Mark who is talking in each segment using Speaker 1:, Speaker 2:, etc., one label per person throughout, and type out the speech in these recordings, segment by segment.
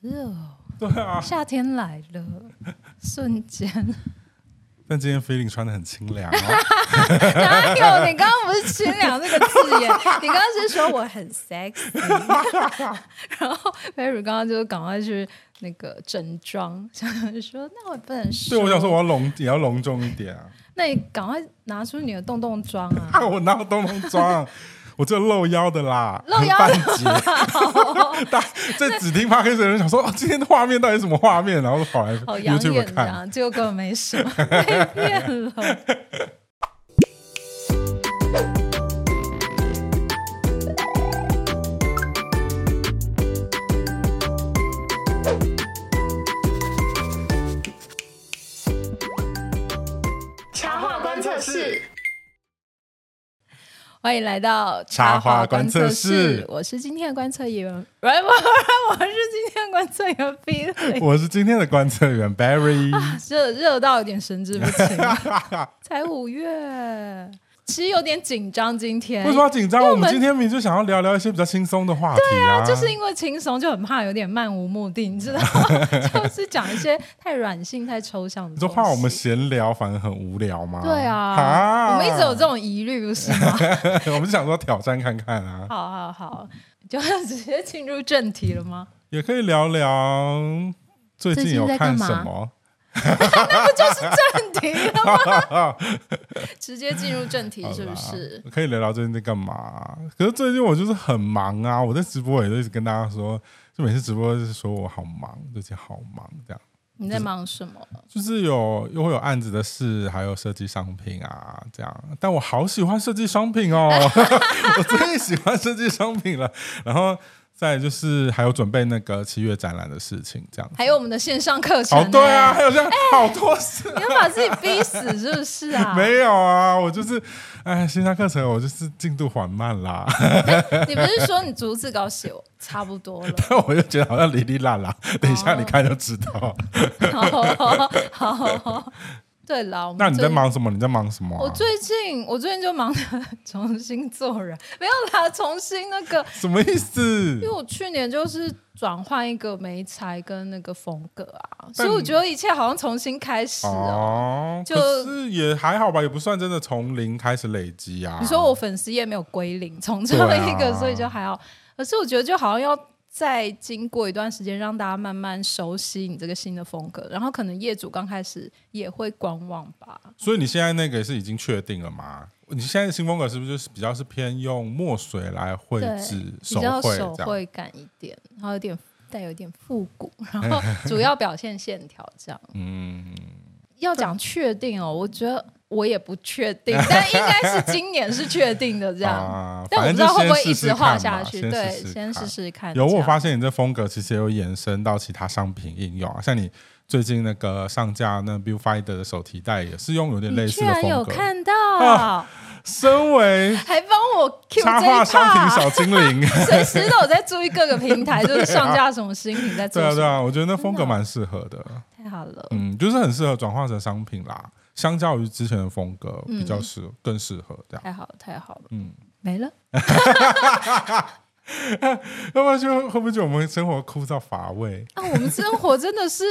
Speaker 1: 热哦，
Speaker 2: 对啊，
Speaker 1: 夏天来了，瞬间
Speaker 2: 但今天菲林穿的很清凉哦。
Speaker 1: 哪有？你刚刚不是“清凉”这个字眼，你刚刚是说我很 sexy，然后 Mary 刚刚就赶快去那个整妆，想说那我也不能说，
Speaker 2: 对，我想说我要隆也要隆重一点啊！
Speaker 1: 那你赶快拿出你的洞洞装啊！
Speaker 2: 啊，我哪有东东 装？啊我只有露腰的啦，
Speaker 1: 露腰
Speaker 2: 半截。 大在只听 p o d 的人想说，哦，今天的画面到底是什么画面？然后就跑来
Speaker 1: 好养
Speaker 2: YouTube
Speaker 1: 眼的、
Speaker 2: 看。
Speaker 1: 啊，结果根本没什么，被骗了。
Speaker 3: 茶话观测室。
Speaker 1: 欢迎来到
Speaker 2: 茶话观测
Speaker 1: 室
Speaker 2: 室，
Speaker 1: 我是今天的观测员， 我我我是今天的观测员 B，
Speaker 2: 我是今天的观测员 Barry，
Speaker 1: 热热到有点神志不 清，才五月，其实有点紧张。今天
Speaker 2: 为什么要紧张？
Speaker 1: 因为
Speaker 2: 我
Speaker 1: 我们
Speaker 2: 们今天明明就想要聊聊一些比较轻松的话题啊，
Speaker 1: 就是因为轻松，就很怕有点漫无目的，你知道 吗？就是讲一些太软性、太抽象的东西。
Speaker 2: 你就怕我们闲聊反而很无聊吗？
Speaker 1: 对啊，
Speaker 2: 啊
Speaker 1: 我们一直有这种疑虑，不是吗？
Speaker 2: 种， 我们就想说挑战看看啊，
Speaker 1: 好好好，就直接进入正题了吗？
Speaker 2: 也可以聊聊最
Speaker 1: 最
Speaker 2: 近
Speaker 1: 近
Speaker 2: 有
Speaker 1: 在
Speaker 2: 看
Speaker 1: 干嘛
Speaker 2: 什么。
Speaker 1: 不就是正题了吗？ 直接进入正题
Speaker 2: 好
Speaker 1: 是
Speaker 2: 啦
Speaker 1: 不是？？
Speaker 2: 可以聊聊最近在干嘛？可是最近我就是很忙啊，我在直播也都一直跟大家说，就每次直播就是说我好忙，最近好忙，这样
Speaker 1: 你在忙什么？
Speaker 2: 就是有又会有案子的事，还有设计商品啊，这样。但我好喜欢设计商品 哦，我最喜欢设计商品了。然后再就是还有准备那个七月展览的事情，这样。
Speaker 1: 还有我们的线上课程、
Speaker 2: 哦，对啊，，还有这样好多事。
Speaker 1: 你要把自己逼死是不是啊？
Speaker 2: 没有啊，我就是，哎，线上课程我就是进度缓慢啦。
Speaker 1: 你不是说你逐字稿写差不多了？
Speaker 2: 但我就觉得好像哩哩啦啦，
Speaker 1: 哦
Speaker 2: 等一下你看就知道。
Speaker 1: 好，好，对了，我们
Speaker 2: 那你在
Speaker 1: 最？
Speaker 2: 忙什么？你在忙什么啊、
Speaker 1: 我最近，我最近就忙着 重新做人，没有啦，重新那 个，
Speaker 2: 什么意
Speaker 1: 因为
Speaker 2: 思？
Speaker 1: 我去年就是转换一个媒材跟那个风格啊，所以
Speaker 2: 但
Speaker 1: 我觉得一切好像重新开始哦。
Speaker 2: 哦，
Speaker 1: 就
Speaker 2: 可是也还好吧，也不算真的从零开始累积啊。
Speaker 1: 你说我粉丝页没有归零，从这么
Speaker 2: 对啊
Speaker 1: 一个，所以就还好。可是我觉得就好像要再经过一段时间，让大家慢慢熟悉你这个新的风格，然后可能业主刚开始也会观望吧。
Speaker 2: 所以你现在那个是已经确定了吗？你现在的新风格是不是就是比较是偏用墨水来绘制
Speaker 1: 比
Speaker 2: 手
Speaker 1: 较
Speaker 2: 绘
Speaker 1: 手
Speaker 2: 这样？
Speaker 1: 绘感一点，然后有点带有点复古，然 后主要表现线条这样。
Speaker 2: 嗯，
Speaker 1: 要讲确定哦，我觉得我也不确定，但应该 是今年是确定的这样。
Speaker 2: 啊，
Speaker 1: 但我不知道会不会一直画
Speaker 2: 画
Speaker 1: 下去，对，先试试看。
Speaker 2: 有
Speaker 1: 这
Speaker 2: 我
Speaker 1: 样
Speaker 2: 发现你这风格其实也有延伸到其他商品应用啊，像你最近那个上架那 Viewfinder 的手提袋也是用有点类
Speaker 1: 你
Speaker 2: 似
Speaker 1: 居
Speaker 2: 的
Speaker 1: 然有
Speaker 2: 风格。
Speaker 1: 看到，
Speaker 2: 啊身为
Speaker 1: 还帮我 Q
Speaker 2: 插
Speaker 1: 这一
Speaker 2: 画商品
Speaker 1: 趴，
Speaker 2: 小精灵，
Speaker 1: 随时都有在注意各个平台，就是上架什么新品在做
Speaker 2: 对啊
Speaker 1: 什
Speaker 2: 对
Speaker 1: 么，
Speaker 2: 啊，我觉得那风格蛮适合的，
Speaker 1: 太好了。
Speaker 2: 嗯，就是很适合转化成商品啦。相较于之前的风格，
Speaker 1: 嗯
Speaker 2: 比较适更适合这样。
Speaker 1: 太好了，太好了，
Speaker 2: 嗯，
Speaker 1: 没了。
Speaker 2: 要不然就会不会觉得我们生活枯燥乏味？
Speaker 1: 啊，我们生活真 的是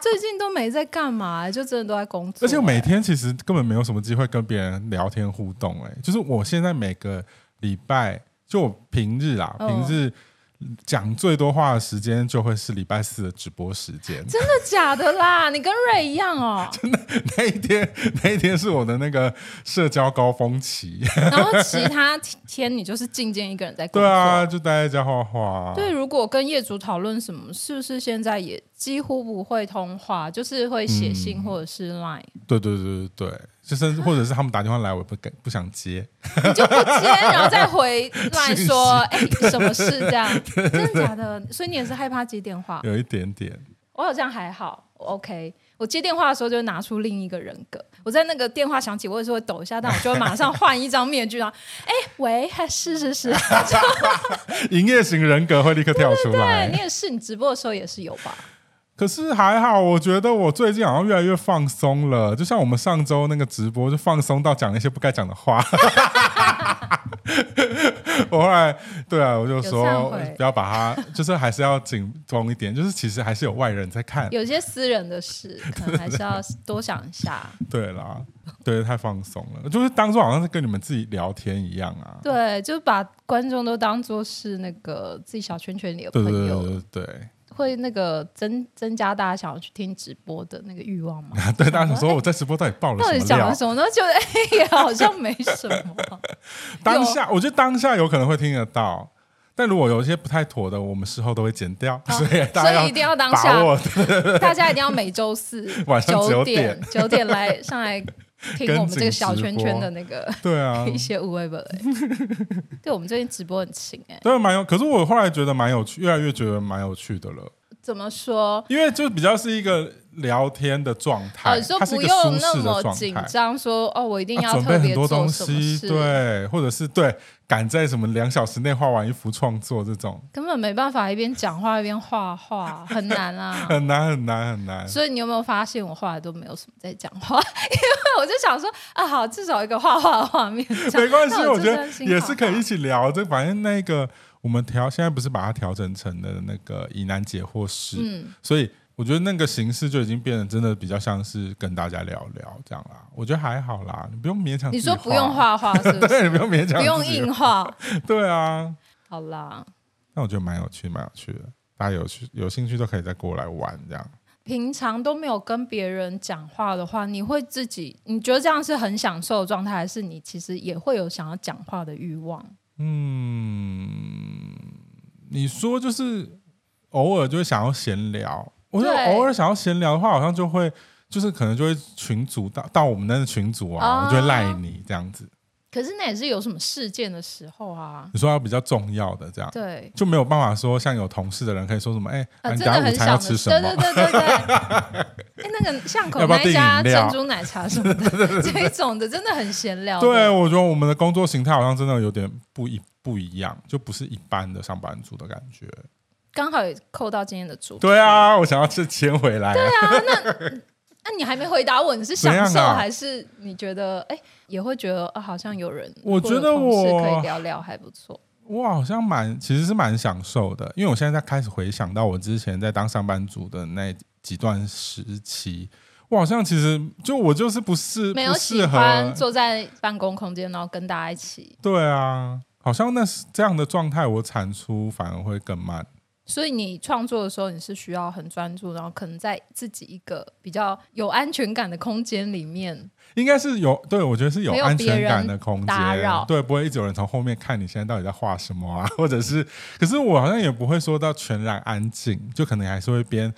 Speaker 1: 最近都没在干嘛、就真的都在工作、
Speaker 2: 而且每天其实根本没有什么机会跟别人聊天互动、欸，就是我现在每个礼拜就我平日啊，
Speaker 1: 哦
Speaker 2: 平日讲最多话的时间就会是礼拜四的直播时间。
Speaker 1: 真的假的啦？你跟瑞一样哦，
Speaker 2: 那一天，那一天是我的那个社交高峰 期。
Speaker 1: 然后其他天你就是静静一个人在工作。
Speaker 2: 对啊，就待在家画画。啊
Speaker 1: 对，如果跟业主讨论什么，是不是现在也几乎不会通话，就是会写
Speaker 2: 嗯
Speaker 1: 信或者是 Line，、
Speaker 2: 对对对对对，就是或者是他们打电话来，我也不敢不想接。
Speaker 1: 你就不接，然后再回 Line 说，哎、什么事这样？真的假的？所以你也是害怕接电话？
Speaker 2: 有一点点，
Speaker 1: 我好像哦还好我，OK。我接电话的时候就拿出另一个人格，我在那个电话响起，我也是会抖一下，但我就会马上换一张面具，然后，哎、喂，还是是 是，
Speaker 2: 营业型人格会立刻跳出
Speaker 1: 对，
Speaker 2: 来。
Speaker 1: 你也是，你直播的时候也是有吧？
Speaker 2: 可是还好，我觉得我最近好像越来越放松了。就像我们上周那个直播，就放松到讲了一些不该讲的话。 我后来对啊，我就
Speaker 1: 有忏
Speaker 2: 说
Speaker 1: 悔
Speaker 2: 不要把它，就是还是要紧绷一点，就是其实还是有外人在看。
Speaker 1: 有些私人的事，可能还是要多想一下。
Speaker 2: 对啦，对，太放松了，就是当做好像是跟你们自己聊天一样啊。
Speaker 1: 对，就把观众都当做是那个自己小圈圈里的
Speaker 2: 对
Speaker 1: 朋
Speaker 2: 对对
Speaker 1: 友，
Speaker 2: 对对 对，
Speaker 1: 会那个增增加大家想要去听直播的那个欲望 吗？
Speaker 2: 对大家想说我在直播到底爆了
Speaker 1: 到
Speaker 2: 什
Speaker 1: 底
Speaker 2: 么
Speaker 1: 讲
Speaker 2: 料啊
Speaker 1: 了？什么？然后觉得哎、也好像没什么。
Speaker 2: 当下我觉得当下有可能会听得到，但如果有一些不太妥的，我们事后都会剪掉，所以大家
Speaker 1: 哦所以一定要当下
Speaker 2: 把握
Speaker 1: 大家一定要每周四
Speaker 2: 晚上
Speaker 1: 九
Speaker 2: 9
Speaker 1: 点
Speaker 2: 点
Speaker 1: 九点来上来 听我们这个小圈圈的那个
Speaker 2: 对 啊，
Speaker 1: 一些无微不 微。对，我们最近直播很勤哎、
Speaker 2: 对，蛮有。可是我后来觉得蛮有趣，越来越觉得蛮有趣的了，
Speaker 1: 怎么说？
Speaker 2: 因为就比较是一个聊天的状态，
Speaker 1: 呃，说
Speaker 2: 它是
Speaker 1: 不
Speaker 2: 一个
Speaker 1: 用
Speaker 2: 舒
Speaker 1: 那
Speaker 2: 适的
Speaker 1: 么
Speaker 2: 状
Speaker 1: 紧
Speaker 2: 态。
Speaker 1: 张，说哦，我一定
Speaker 2: 要
Speaker 1: 要
Speaker 2: 准
Speaker 1: 特
Speaker 2: 备很
Speaker 1: 别
Speaker 2: 多
Speaker 1: 做
Speaker 2: 东
Speaker 1: 什么
Speaker 2: 西，
Speaker 1: 事，，
Speaker 2: 对，或者是对赶在什么两小时内画完一幅创作这种，
Speaker 1: 根本没办法一边讲话一边画 画，很难啊。
Speaker 2: 很难很难很难。
Speaker 1: 所以你有没有发现我画的都没有什么在讲话？ 因为我就想说啊，好，至少有一个画画的画面。这
Speaker 2: 没
Speaker 1: 样
Speaker 2: 关系，
Speaker 1: 那我
Speaker 2: 我
Speaker 1: 就
Speaker 2: 觉得
Speaker 1: 专心
Speaker 2: 也
Speaker 1: 画
Speaker 2: 是可
Speaker 1: 画
Speaker 2: 以一起聊。这反正那个我们调现在不是把它调整成了那个疑难解惑式，
Speaker 1: 嗯
Speaker 2: 所以我觉得那个形式就已经变得真的比较像是跟大家聊聊这样啦。我觉得还好啦，你不用勉强。
Speaker 1: 你说不用，画画是不是？
Speaker 2: 对，你不用勉强，
Speaker 1: 不用。硬画。
Speaker 2: 对啊，
Speaker 1: 好啦，
Speaker 2: 那我觉得蛮有趣，蛮有趣的。大家有趣有兴趣都可以再过来玩这样。
Speaker 1: 平常都没有跟别人讲话的话，你会自己你觉得这样是很享受的状态，还是你其实也会有想要讲话的欲望？
Speaker 2: 嗯，你说就是偶尔就会想要闲聊，我觉得
Speaker 1: 对
Speaker 2: 偶尔想要闲聊的话，好像就会就是可能就会群组到到我们那个群组啊，
Speaker 1: 哦
Speaker 2: 我就会赖你这样子。
Speaker 1: 可是那也是有什么事件的时候啊。
Speaker 2: 你说要比较重要的这样，
Speaker 1: 对，
Speaker 2: 就没有办法说像有同事的人可以说什么，哎、
Speaker 1: 啊，
Speaker 2: 啊你
Speaker 1: 真
Speaker 2: 等
Speaker 1: 的很
Speaker 2: 下午餐要
Speaker 1: 想
Speaker 2: 吃
Speaker 1: 的，
Speaker 2: 什
Speaker 1: 对
Speaker 2: 么？
Speaker 1: 对对对对。 哎，那个巷口
Speaker 2: 要不要
Speaker 1: 那一
Speaker 2: 订
Speaker 1: 家
Speaker 2: 饮料
Speaker 1: 珍珠奶茶什么 的，这一种的真的很闲聊的。
Speaker 2: 对，我觉得我们的工作形态好像真的有点不一不一样，就不是一般的上班族的感觉。
Speaker 1: 刚好也扣到今天的主题。
Speaker 2: 对啊，我想要这牵回来、啊
Speaker 1: 啊那你还没回答我，你是享受、
Speaker 2: 怎样啊
Speaker 1: 还是你觉得哎、也会觉得啊，好像有人，
Speaker 2: 我觉得
Speaker 1: 或者同
Speaker 2: 我
Speaker 1: 事可以聊聊，还不错。
Speaker 2: 我好像蛮，其实是蛮享受的，因为我现在在开始回想到我之前在当上班族的那几段时期，我好像其实就我就是不是
Speaker 1: 没有
Speaker 2: 不
Speaker 1: 喜
Speaker 2: 适
Speaker 1: 欢
Speaker 2: 合，
Speaker 1: 坐在办公空间，然后跟大家一起，
Speaker 2: 对啊，好像那是这样的状态，我产出反而会更慢。
Speaker 1: 所以你创作的时候，你是需要很专注，然后可能在自己一个比较有安全感的空间里面。
Speaker 2: 应该是有，对我觉得是有
Speaker 1: 没有
Speaker 2: 安
Speaker 1: 别
Speaker 2: 全
Speaker 1: 人
Speaker 2: 感的空
Speaker 1: 打扰
Speaker 2: 间，对，不会一直有人从后面看你现在到底在画什么啊， 或者是，可是我好像也不会说到全然安静，就可能还是会边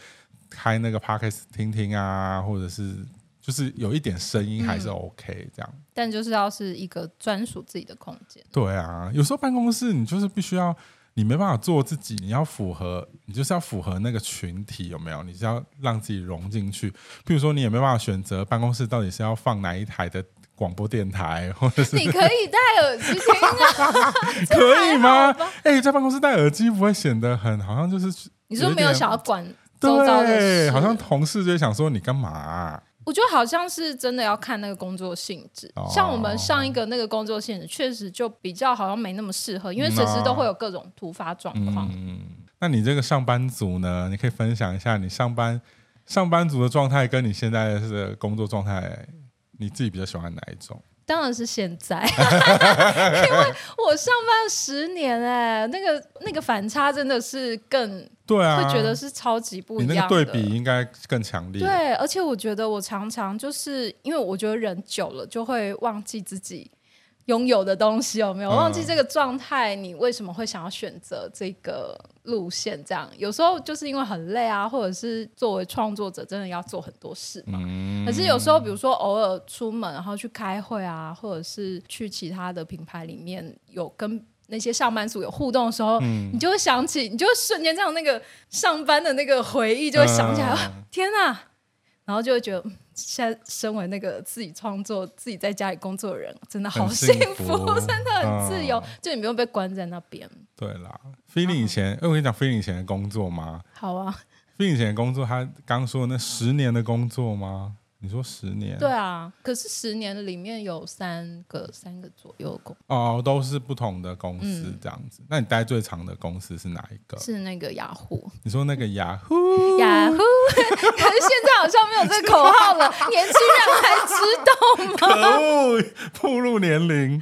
Speaker 2: 开那个 podcast 听听啊，或者是就是有一点声音还是
Speaker 1: 嗯
Speaker 2: OK 这样。
Speaker 1: 但就是要是一个专属自己的空 间，
Speaker 2: 对啊，有时候办公室你就是必须要，你没办法做自己，你要符合，你就是要符合那个群体，有没有？你是要让自己融进去。譬如说，你也没办法选择办公室到底是要放哪一台的广播电台，或者是
Speaker 1: 你可以戴耳机听啊。 还
Speaker 2: 可以
Speaker 1: 好
Speaker 2: 吗
Speaker 1: 吧？
Speaker 2: 哎、在办公室戴耳机不会显得很好像就是
Speaker 1: 你说没有
Speaker 2: 点
Speaker 1: 想要管周遭的
Speaker 2: 对，
Speaker 1: 事，
Speaker 2: 好像同事就会想说你干嘛啊、
Speaker 1: 我觉得好像是真的要看那个工作性质，
Speaker 2: 哦
Speaker 1: 像我们上一个那个工作性质，确实就比较好像没那么适合，因为
Speaker 2: 嗯啊
Speaker 1: 随时都会有各种突发状况。
Speaker 2: 嗯，那你这个上班族呢？你可以分享一下你上班上班族的状态，跟你现在的工作状态，你自己比较喜欢哪一种？
Speaker 1: 当然是现 在，因为我上班十年哎、那个那个反差真的是更
Speaker 2: 对啊，
Speaker 1: 会觉得是超级不
Speaker 2: 你
Speaker 1: 一
Speaker 2: 那
Speaker 1: 样
Speaker 2: 个
Speaker 1: 的。
Speaker 2: 对比应该更强烈。
Speaker 1: 对，而且我觉得我常常就是因为我觉得人久了就会忘记自己拥有的东西有没有，
Speaker 2: 嗯
Speaker 1: 忘记这个状态，你为什么会想要选择这个路线？这样有时候就是因为很累啊，或者是作为创作者真的要做很多事嘛。可是有时
Speaker 2: 嗯
Speaker 1: 候，比如说偶尔出门，然后去开会啊，或者是去其他的品牌里面有跟。那些上班族有互动的时候，
Speaker 2: 嗯
Speaker 1: 你就会想起，你就会瞬间这样那个上班的那个回忆就会想起来，哦
Speaker 2: 嗯
Speaker 1: 天啊呐！然后就会觉得，嗯现在身为那个自己创作、自己在家里工作的人，真的好
Speaker 2: 很
Speaker 1: 幸
Speaker 2: 幸
Speaker 1: 福，
Speaker 2: 福
Speaker 1: 真的很自由，
Speaker 2: 嗯
Speaker 1: 就你不用被关在那边。
Speaker 2: 对啦，菲林以前，哎我跟你讲，菲林以前的工作吗？
Speaker 1: 好啊，
Speaker 2: 菲林以前的工作，他刚说的那十年的工作吗？你说十年，
Speaker 1: 对啊，可是十年里面有三个三个左右工
Speaker 2: 哦，都是不同的公司
Speaker 1: 嗯
Speaker 2: 这样子。那你待最长的公司是哪一个？
Speaker 1: 是那个雅虎，
Speaker 2: 你说那个雅 虎，
Speaker 1: 雅虎，可是现在好像没有这个口号了，年轻人还知道
Speaker 2: 可
Speaker 1: 吗？
Speaker 2: 恶，暴露年龄。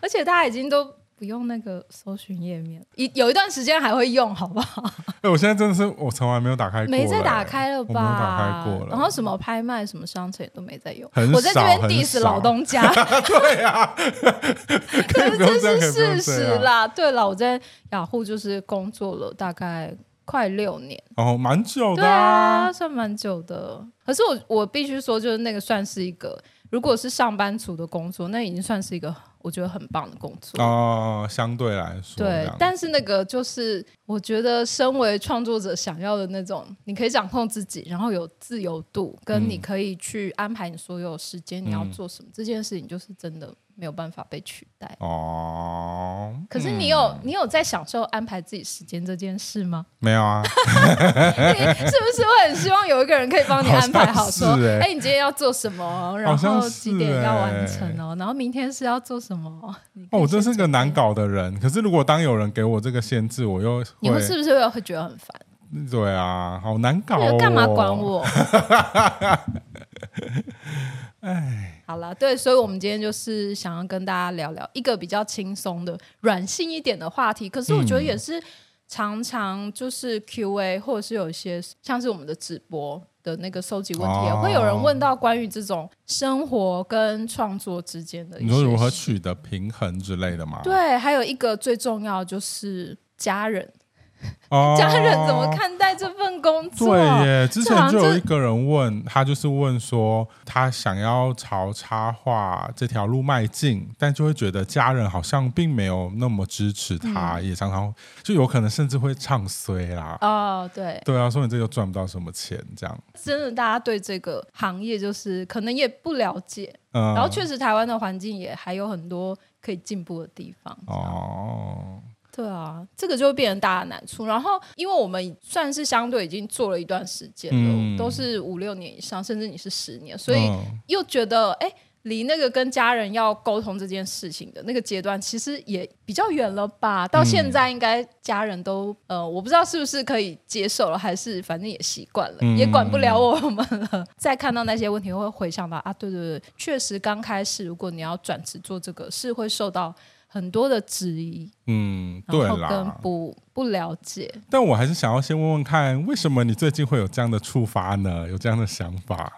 Speaker 1: 而且大家已经都不用那个搜寻页面，一有一段时间还会用，好不好？
Speaker 2: 哎、我现在真的是我从来没有打开过、
Speaker 1: 没再
Speaker 2: 哎
Speaker 1: 打开了
Speaker 2: 我
Speaker 1: 吧？
Speaker 2: 没有打开过了。
Speaker 1: 然后什么拍卖、什么商城也都没再用
Speaker 2: 很。少
Speaker 1: 我在这边
Speaker 2: 很
Speaker 1: diss
Speaker 2: 少
Speaker 1: 老东家，
Speaker 2: 对啊，可以不用这
Speaker 1: 这是
Speaker 2: 样，可以不用
Speaker 1: 事
Speaker 2: 这
Speaker 1: 实
Speaker 2: 样。
Speaker 1: 啦。对了，我在雅虎就是工作了大概快六年，
Speaker 2: 哦，蛮久
Speaker 1: 对
Speaker 2: 的、啊
Speaker 1: 啊，算蛮久的。可是我我必须说，就是那个算是一个，如果是上班族的工作，那已经算是一个我觉得很棒的工作。
Speaker 2: 哦，相对来说，这
Speaker 1: 啊对
Speaker 2: 样，
Speaker 1: 但是那个就是，我觉得身为创作者想要的那种，你可以掌控自己，然后有自由度，跟你
Speaker 2: 嗯
Speaker 1: 可以去安排你所有时间，你要
Speaker 2: 嗯
Speaker 1: 做什么、这件事情，就是真的没有办法被取代。
Speaker 2: 哦，
Speaker 1: 可是你有、你有在享受安排自己时间这件事 吗？
Speaker 2: 没有啊？
Speaker 1: 你是不是会很希望有一个人可以帮你安排好，说
Speaker 2: 好像是，欸
Speaker 1: 哎、你今天要做什么，然
Speaker 2: 好像
Speaker 1: 后
Speaker 2: 是
Speaker 1: 几点要完成哦，然后明天是要做什么？ 你可
Speaker 2: 哦，
Speaker 1: 以
Speaker 2: 我真是
Speaker 1: 先
Speaker 2: 个
Speaker 1: 准备
Speaker 2: 难。搞的人。可是如果当有人给我这个限制，我又
Speaker 1: 你们是不是会会觉得很烦？
Speaker 2: 对啊，好难搞、
Speaker 1: 你
Speaker 2: 哦。
Speaker 1: 干嘛管？ 我？哎，好了，对，所以我们今天就是想要跟大家聊聊一个比较轻松的、软性一点的话题。可是我觉得也是常常就是 Q&A，或者是有一些像是我们的直播的那个收集问题，也
Speaker 2: 哦
Speaker 1: 会有人问到关于这种生活跟创作之间的一
Speaker 2: 你
Speaker 1: 些
Speaker 2: 说如何
Speaker 1: 事
Speaker 2: 取得平衡之类的吗？，
Speaker 1: 对，啊还有一个最重要就是家人，
Speaker 2: 哦、
Speaker 1: 家人怎么？看待这份工作？
Speaker 2: 对耶，之
Speaker 1: 这好
Speaker 2: 前
Speaker 1: 像
Speaker 2: 就有
Speaker 1: 是
Speaker 2: 一个人问，他就是问说，他想要朝插画这条路迈进，但就会觉得家人好像并没有那么支持他，
Speaker 1: 嗯
Speaker 2: 也常常就有可能甚至会唱衰啦。
Speaker 1: 哦，对，
Speaker 2: 对啊，说你这个赚不到什么钱，这样。
Speaker 1: 真的，大家对这个行业就是可能也不了解，
Speaker 2: 嗯，
Speaker 1: 然后确实台湾的环境也还有很多可以进步的地方。哦，
Speaker 2: 哦，
Speaker 1: 对啊，这个就会变成大家的难处。然后，因为我们算是相对已经做了一段时间了，
Speaker 2: 嗯
Speaker 1: 都是五六年以上，甚至你是十年，所以
Speaker 2: 嗯
Speaker 1: 又觉得哎。离那个跟家人要沟通这件事情的那个阶段，其实也比较远了吧？到现在应该家人都、呃，我不知道是不是可以接受了，还是反正也习惯了，
Speaker 2: 嗯
Speaker 1: 也管不了我们了。再看到那些问题，会回想到啊，对对对，确实刚开始如果你要转职做这个，是会受到很多的质疑，
Speaker 2: 嗯，对
Speaker 1: 然后跟
Speaker 2: 啦，
Speaker 1: 不不了解。
Speaker 2: 但我还是想要先问问看，为什么你最近会有这样的触发呢？有这样的想法？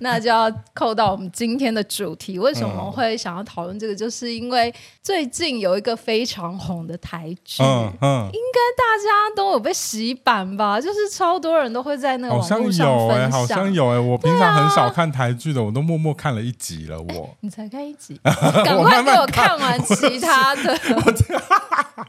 Speaker 1: 那就要扣到我们今天的主题，为什
Speaker 2: 嗯
Speaker 1: 么会想要讨论这个？就是因为最近有一个非常红的台剧，
Speaker 2: 嗯嗯，
Speaker 1: 大家都有被洗版吧？就是超多人都会在那个
Speaker 2: 好
Speaker 1: 网
Speaker 2: 像
Speaker 1: 络上
Speaker 2: 有哎、
Speaker 1: 分
Speaker 2: 好
Speaker 1: 享啊
Speaker 2: 像。有哎、我平常很少看台剧的，我都默默看了一集了。我
Speaker 1: 你才看一 集，赶快给我看完其他的。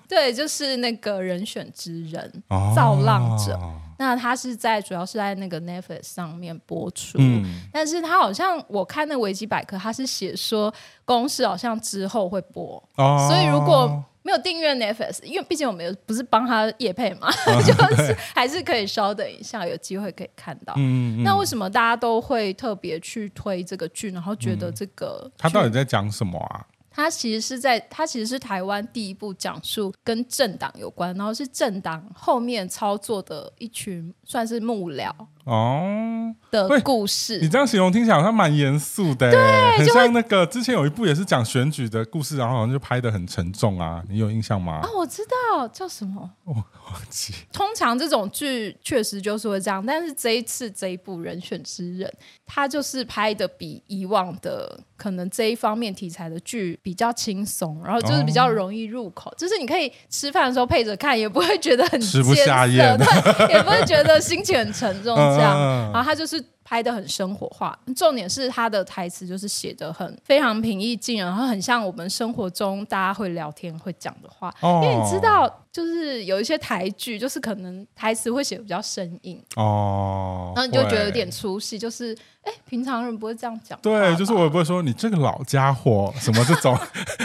Speaker 1: 对，就是那个人选之人，
Speaker 2: 哦
Speaker 1: 造浪者那它是在主要是在那个 Netflix 上面播出。
Speaker 2: 嗯，
Speaker 1: 但是它好像我看那维基百科，它是写说公式好像之后会播，
Speaker 2: 哦，
Speaker 1: 所以如果没有订阅 Netflix，因为毕竟我们有不是帮他夜配嘛，
Speaker 2: 嗯
Speaker 1: 就是还是可以稍等一下，有机会可以看到。
Speaker 2: 嗯，嗯
Speaker 1: 那
Speaker 2: 嗯
Speaker 1: 为什么大家都会特别去推这个剧，然后觉得这个
Speaker 2: 他
Speaker 1: 剧
Speaker 2: 嗯到底在讲什么啊？
Speaker 1: 它其实是在它其实是台湾第一部讲述跟政党有关，然后是政党后面操作的一群算是幕僚
Speaker 2: 哦，
Speaker 1: 的
Speaker 2: 喂
Speaker 1: 故事。
Speaker 2: 你这样形容听起来好像蛮严肃的、欸，很像那个之前有一部也是讲选举的故事，然后好像就拍的很沉重啊，你有印象吗？
Speaker 1: 啊，我知道叫什么。
Speaker 2: 忘记
Speaker 1: 通常这种剧确实就是会这样，但是这一次这一部《人选之人》，它就是拍的比以往的可能这一方面题材的剧比较轻松，然后就是比
Speaker 2: 哦
Speaker 1: 较容易入口，就是你可以吃饭的时候配着看，也不会觉得很
Speaker 2: 吃不
Speaker 1: 艰
Speaker 2: 下
Speaker 1: 涩
Speaker 2: 咽
Speaker 1: 对，也不会觉得心情很沉重这样。
Speaker 2: 嗯嗯嗯
Speaker 1: 哦然后它就是拍的很生活化。重点是他的台词就是写的很非常平易近人，然后很像我们生活中大家会聊天会讲的话。
Speaker 2: 哦，
Speaker 1: 因为你知道，就是有一些台剧，就是可能台词会写的比较生硬，
Speaker 2: 哦，
Speaker 1: 然后你就觉得有点
Speaker 2: 会。
Speaker 1: 出戏，就是哎、平常人不会这样讲话吧。哦
Speaker 2: 对，就是我也不会说你这个老家伙什么这种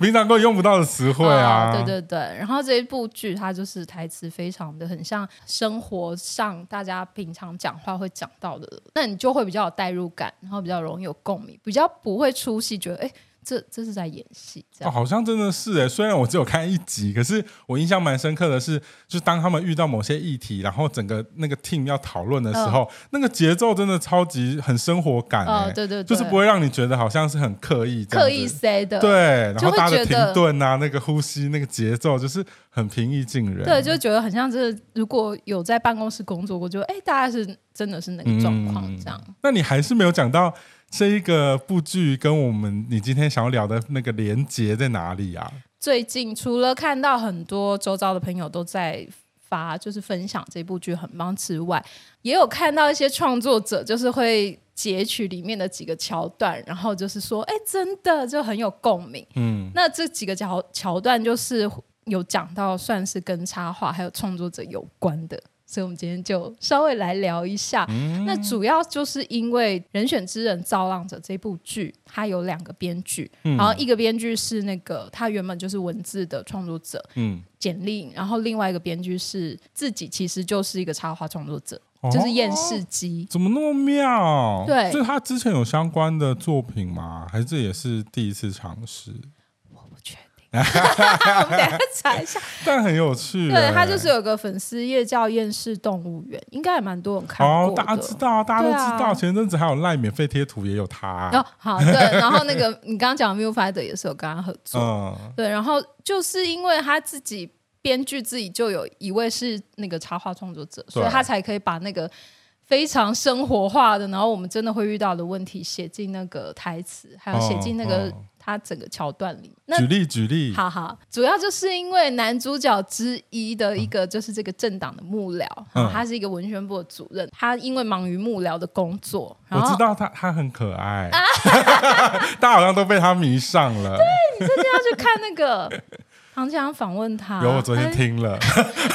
Speaker 2: 平常根本用不到的词汇 啊。
Speaker 1: 哦对对对。然后这一部剧它就是台词非常的很像生活上大家平常讲话会讲到的，那你就会比较有代入感，然后比较容易有共鸣，比较不会出戏，觉得哎这这是在演戏这
Speaker 2: 哦，
Speaker 1: 样。
Speaker 2: 好像真的是诶，虽然我只有看一集，可是我印象蛮深刻的是，就是当他们遇到某些议题，然后整个那个 team 要讨论的时候，那个节奏真的超级很生活感诶，
Speaker 1: 嗯哦对对对
Speaker 2: 就是不会让你觉得好像是很刻意这样
Speaker 1: 刻
Speaker 2: 子
Speaker 1: 意塞的，
Speaker 2: 对，然后
Speaker 1: 就会
Speaker 2: 大家的
Speaker 1: 觉得
Speaker 2: 停顿啊，那个呼吸，那个节奏，就是很平易近人。
Speaker 1: 对，就觉得很像这如果有在办公室工作过，就哎大概是真的是那个状况这样。
Speaker 2: 那你还是没有讲到这一个部剧跟我们你今天想要聊的那个连结在哪里啊？
Speaker 1: 最近除了看到很多周遭的朋友都在发，就是分享这部剧很棒之外，也有看到一些创作者就是会截取里面的几个桥段，然后就是说，哎，真的就很有共鸣。
Speaker 2: 嗯，
Speaker 1: 那这几个桥桥段就是有讲到，算是跟插画还有创作者有关的。所以，我们今天就稍微来聊一下。那主要就是因为《人选之人造浪者》这部剧，它有两个编剧，然后一个编剧是那个他原本就是文字的创作者
Speaker 2: 嗯，
Speaker 1: 简历，然后另外一个编剧是自己其实就是一个插画创作者，就是验
Speaker 2: 哦
Speaker 1: 视机。
Speaker 2: 怎么那么妙？
Speaker 1: 对
Speaker 2: 所以他之前有相关的作品吗？还是这也是第一次尝试？
Speaker 1: 我不确定， 我们等一下查一下。
Speaker 2: 但很有趣欸、
Speaker 1: 对，它就是有个粉丝页叫厌世动物园，应该也蛮多人看
Speaker 2: 哦
Speaker 1: 过，的。
Speaker 2: 大家知道，大家都
Speaker 1: 对啊
Speaker 2: 知道。前阵子还有赖免费贴图也有他、
Speaker 1: 哦，好，对，然后那个你刚刚讲的 Miu Fighter 也是有跟他合作，
Speaker 2: 嗯，
Speaker 1: 对，然后就是因为他自己编剧自己就有一位是那个插画创作者，所以他才可以把那个非常生活化的，然后我们真的会遇到的问题写进那个台词，还有写进那
Speaker 2: 哦
Speaker 1: 个
Speaker 2: 哦
Speaker 1: 他整个桥段里。那
Speaker 2: 举例举例，
Speaker 1: 好好，主要就是因为男主角之一的一个就是这个政党的幕僚，然后他是一个文宣部的主任，他因为忙于幕僚的工作，然
Speaker 2: 我
Speaker 1: 后啊
Speaker 2: 知道他他很可爱， 大家好像都被他迷上了。
Speaker 1: 啊他去看那个唐强访问他，
Speaker 2: 有我昨天
Speaker 1: 哎，
Speaker 2: 听了，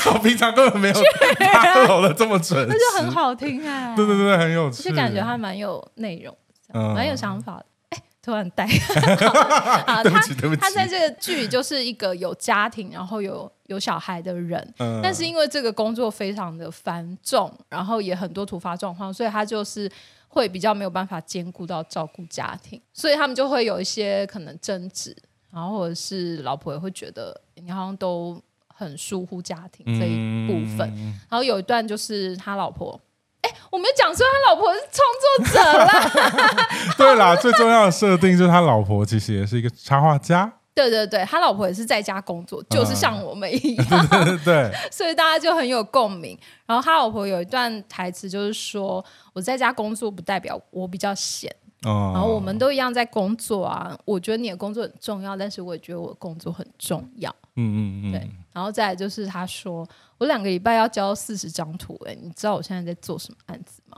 Speaker 2: 我平常根本没有他搂的这么准，
Speaker 1: 那就很。好听哎、
Speaker 2: 对对对，很有趣，
Speaker 1: 就感觉他蛮有内容，
Speaker 2: 嗯
Speaker 1: 蛮有想法的。哎，突然带啊，
Speaker 2: 对不
Speaker 1: 他
Speaker 2: 起对不起
Speaker 1: 他在这个剧里就是一个有家庭，然后有有小孩的人，
Speaker 2: 嗯
Speaker 1: 但是因为这个工作非常的繁重，然后也很多突发状况，所以他就是会比较没有办法兼顾到照顾家庭，所以他们就会有一些可能争执，然后或者是老婆也会觉得你好像都很疏忽家庭这一部分。
Speaker 2: 嗯
Speaker 1: 然后有一段就是他老婆，哎、我没有讲说他老婆是创作者
Speaker 2: 嗯
Speaker 1: 啦，
Speaker 2: 对啦，最重要的设定就是他老婆其实也是一个插画家，
Speaker 1: 对对对，他老婆也是在家工作，就是像
Speaker 2: 嗯
Speaker 1: 我们一样，
Speaker 2: 对对 对，
Speaker 1: 所以大家就很有共鸣。然后他老婆有一段台词就是说：“我在家工作不代表我比较闲，
Speaker 2: 哦
Speaker 1: 然后我们都一样在工作啊。我觉得你的工作很重要，但是我也觉得我的工作很重要。”
Speaker 2: 嗯嗯
Speaker 1: 对
Speaker 2: 嗯，，
Speaker 1: 然后再来就是他说，我两个礼拜要交四十张图、哎，你知道我现在在做什么案子吗？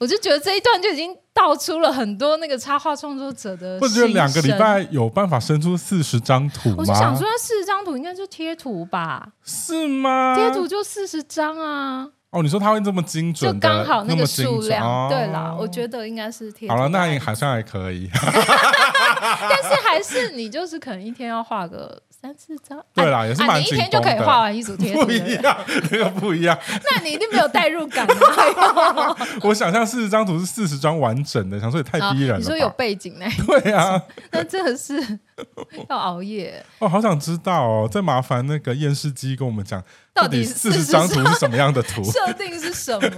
Speaker 1: 我就觉得这一段就已经道出了很多那个插画创作者的。
Speaker 2: 不觉得两个礼，拜有办法生出四十张图吗？
Speaker 1: 我就想说，四十张图应该就贴图吧，
Speaker 2: 是吗？
Speaker 1: 贴图就四十张啊，
Speaker 2: 哦，你说他会这么精
Speaker 1: 就
Speaker 2: 准的，
Speaker 1: 刚好那
Speaker 2: 么
Speaker 1: 个
Speaker 2: 精
Speaker 1: 数
Speaker 2: 准
Speaker 1: 量。
Speaker 2: 哦
Speaker 1: 对啦，我觉得应啊该是贴图
Speaker 2: 好
Speaker 1: 吧。
Speaker 2: 了，那也好像还可以。
Speaker 1: 但是还是你就是可能一天要画个三四张，
Speaker 2: 对啦
Speaker 1: 啊
Speaker 2: 也是
Speaker 1: 啊
Speaker 2: 蛮
Speaker 1: 你一
Speaker 2: 紧
Speaker 1: 天就可以
Speaker 2: 绷的
Speaker 1: 画完一组贴图
Speaker 2: 不
Speaker 1: 的
Speaker 2: 一
Speaker 1: 人，
Speaker 2: 样，那个 不一样。
Speaker 1: 那你一定没有代入感 啊。
Speaker 2: 我想象四十张图是四十张完整的，想说也太
Speaker 1: 啊
Speaker 2: 逼人了吧。
Speaker 1: 你说有背景那一
Speaker 2: 对 啊，
Speaker 1: 那真的是要熬 夜，
Speaker 2: 哦，好想知道哦，再麻烦那个验视机跟我们讲，
Speaker 1: 到
Speaker 2: 底
Speaker 1: 底
Speaker 2: 四十张图是什么样的图？
Speaker 1: 设定是什么？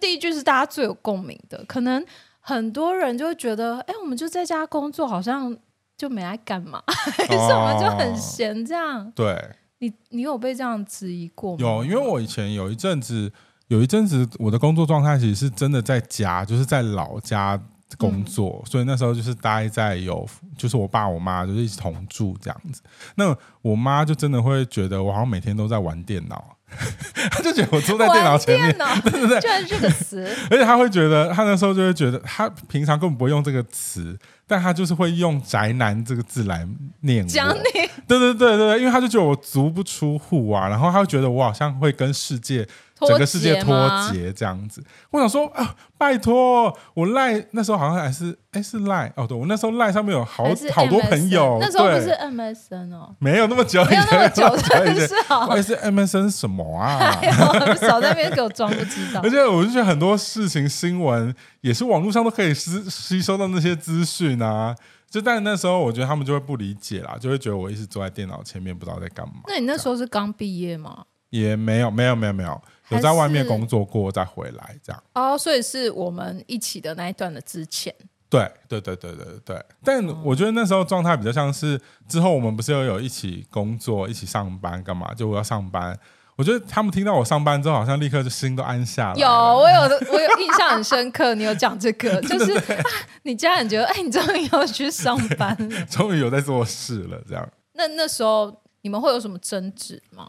Speaker 1: 第一句是大家最有共鸣的，可能很多人就会觉得，哎、我们就在家工作，好像就没来干嘛， 还是我们就
Speaker 2: 哦
Speaker 1: 很闲这样？
Speaker 2: 对，
Speaker 1: 你你有被这样质疑过吗？
Speaker 2: 有，因为我以前有一阵子，有一阵子我的工作状态其实是真的在家，就是在老家工作，所以那时候就是待在有，就是我爸我妈就是一起同住这样子。那我妈就真的会觉得我好像每天都在玩电脑。 他就觉得我坐在电脑前面，
Speaker 1: 玩电脑 居然是这个 词，
Speaker 2: 而且他会觉得，他那时候就会觉得，他平常根本不会用这个词，但他就是会用“宅男”这个字来念我。啊
Speaker 1: 讲你
Speaker 2: 对对对对对，因为他就觉得我足不出户啊，然后他会觉得我好像会跟世界
Speaker 1: 脱
Speaker 2: 整个世界
Speaker 1: 节
Speaker 2: 脱
Speaker 1: 吗
Speaker 2: 节这样子。我想说啊，拜托，我赖那时候好像还是哎是赖哦，对我那时候赖上面有好
Speaker 1: 还是
Speaker 2: 好多
Speaker 1: MSN
Speaker 2: 朋友，
Speaker 1: 那时候不
Speaker 2: 对
Speaker 1: 是 MSN 哦，
Speaker 2: 没有那么久以
Speaker 1: 没有
Speaker 2: 前，
Speaker 1: 那么 久，
Speaker 2: 以
Speaker 1: 真
Speaker 2: 前
Speaker 1: 的是好
Speaker 2: 哎，是 MSN 什么啊？
Speaker 1: 哎呦，少在那边给我装不知道
Speaker 2: 而。且我就觉得很多事情新闻也是网络上都可以吸吸收到那些资讯啊。就但那时候我觉得他们就会不理解啦，就会觉得我一直坐在电脑前面不知道在干嘛。
Speaker 1: 那你那时候是刚毕业吗？
Speaker 2: 也没有没有没有没有
Speaker 1: 还
Speaker 2: 有在外面
Speaker 1: 是
Speaker 2: 工作过再回来这样。
Speaker 1: 哦，所以是我们一起的那一段的之前，
Speaker 2: 对对对对对对对，但
Speaker 1: 哦
Speaker 2: 我觉得那时候状态比较像是之后我们不是又有一起工作、一起上班干嘛？就我要上班，我觉得他们听到我上班之后，好像立刻就心都安下来了。
Speaker 1: 有我有我有印象很深刻，你有讲这个，就是啊，你家人觉得哎，你终于要去上班了。
Speaker 2: 终于有在做事了，这样
Speaker 1: 那那时候你们会有什么争执吗？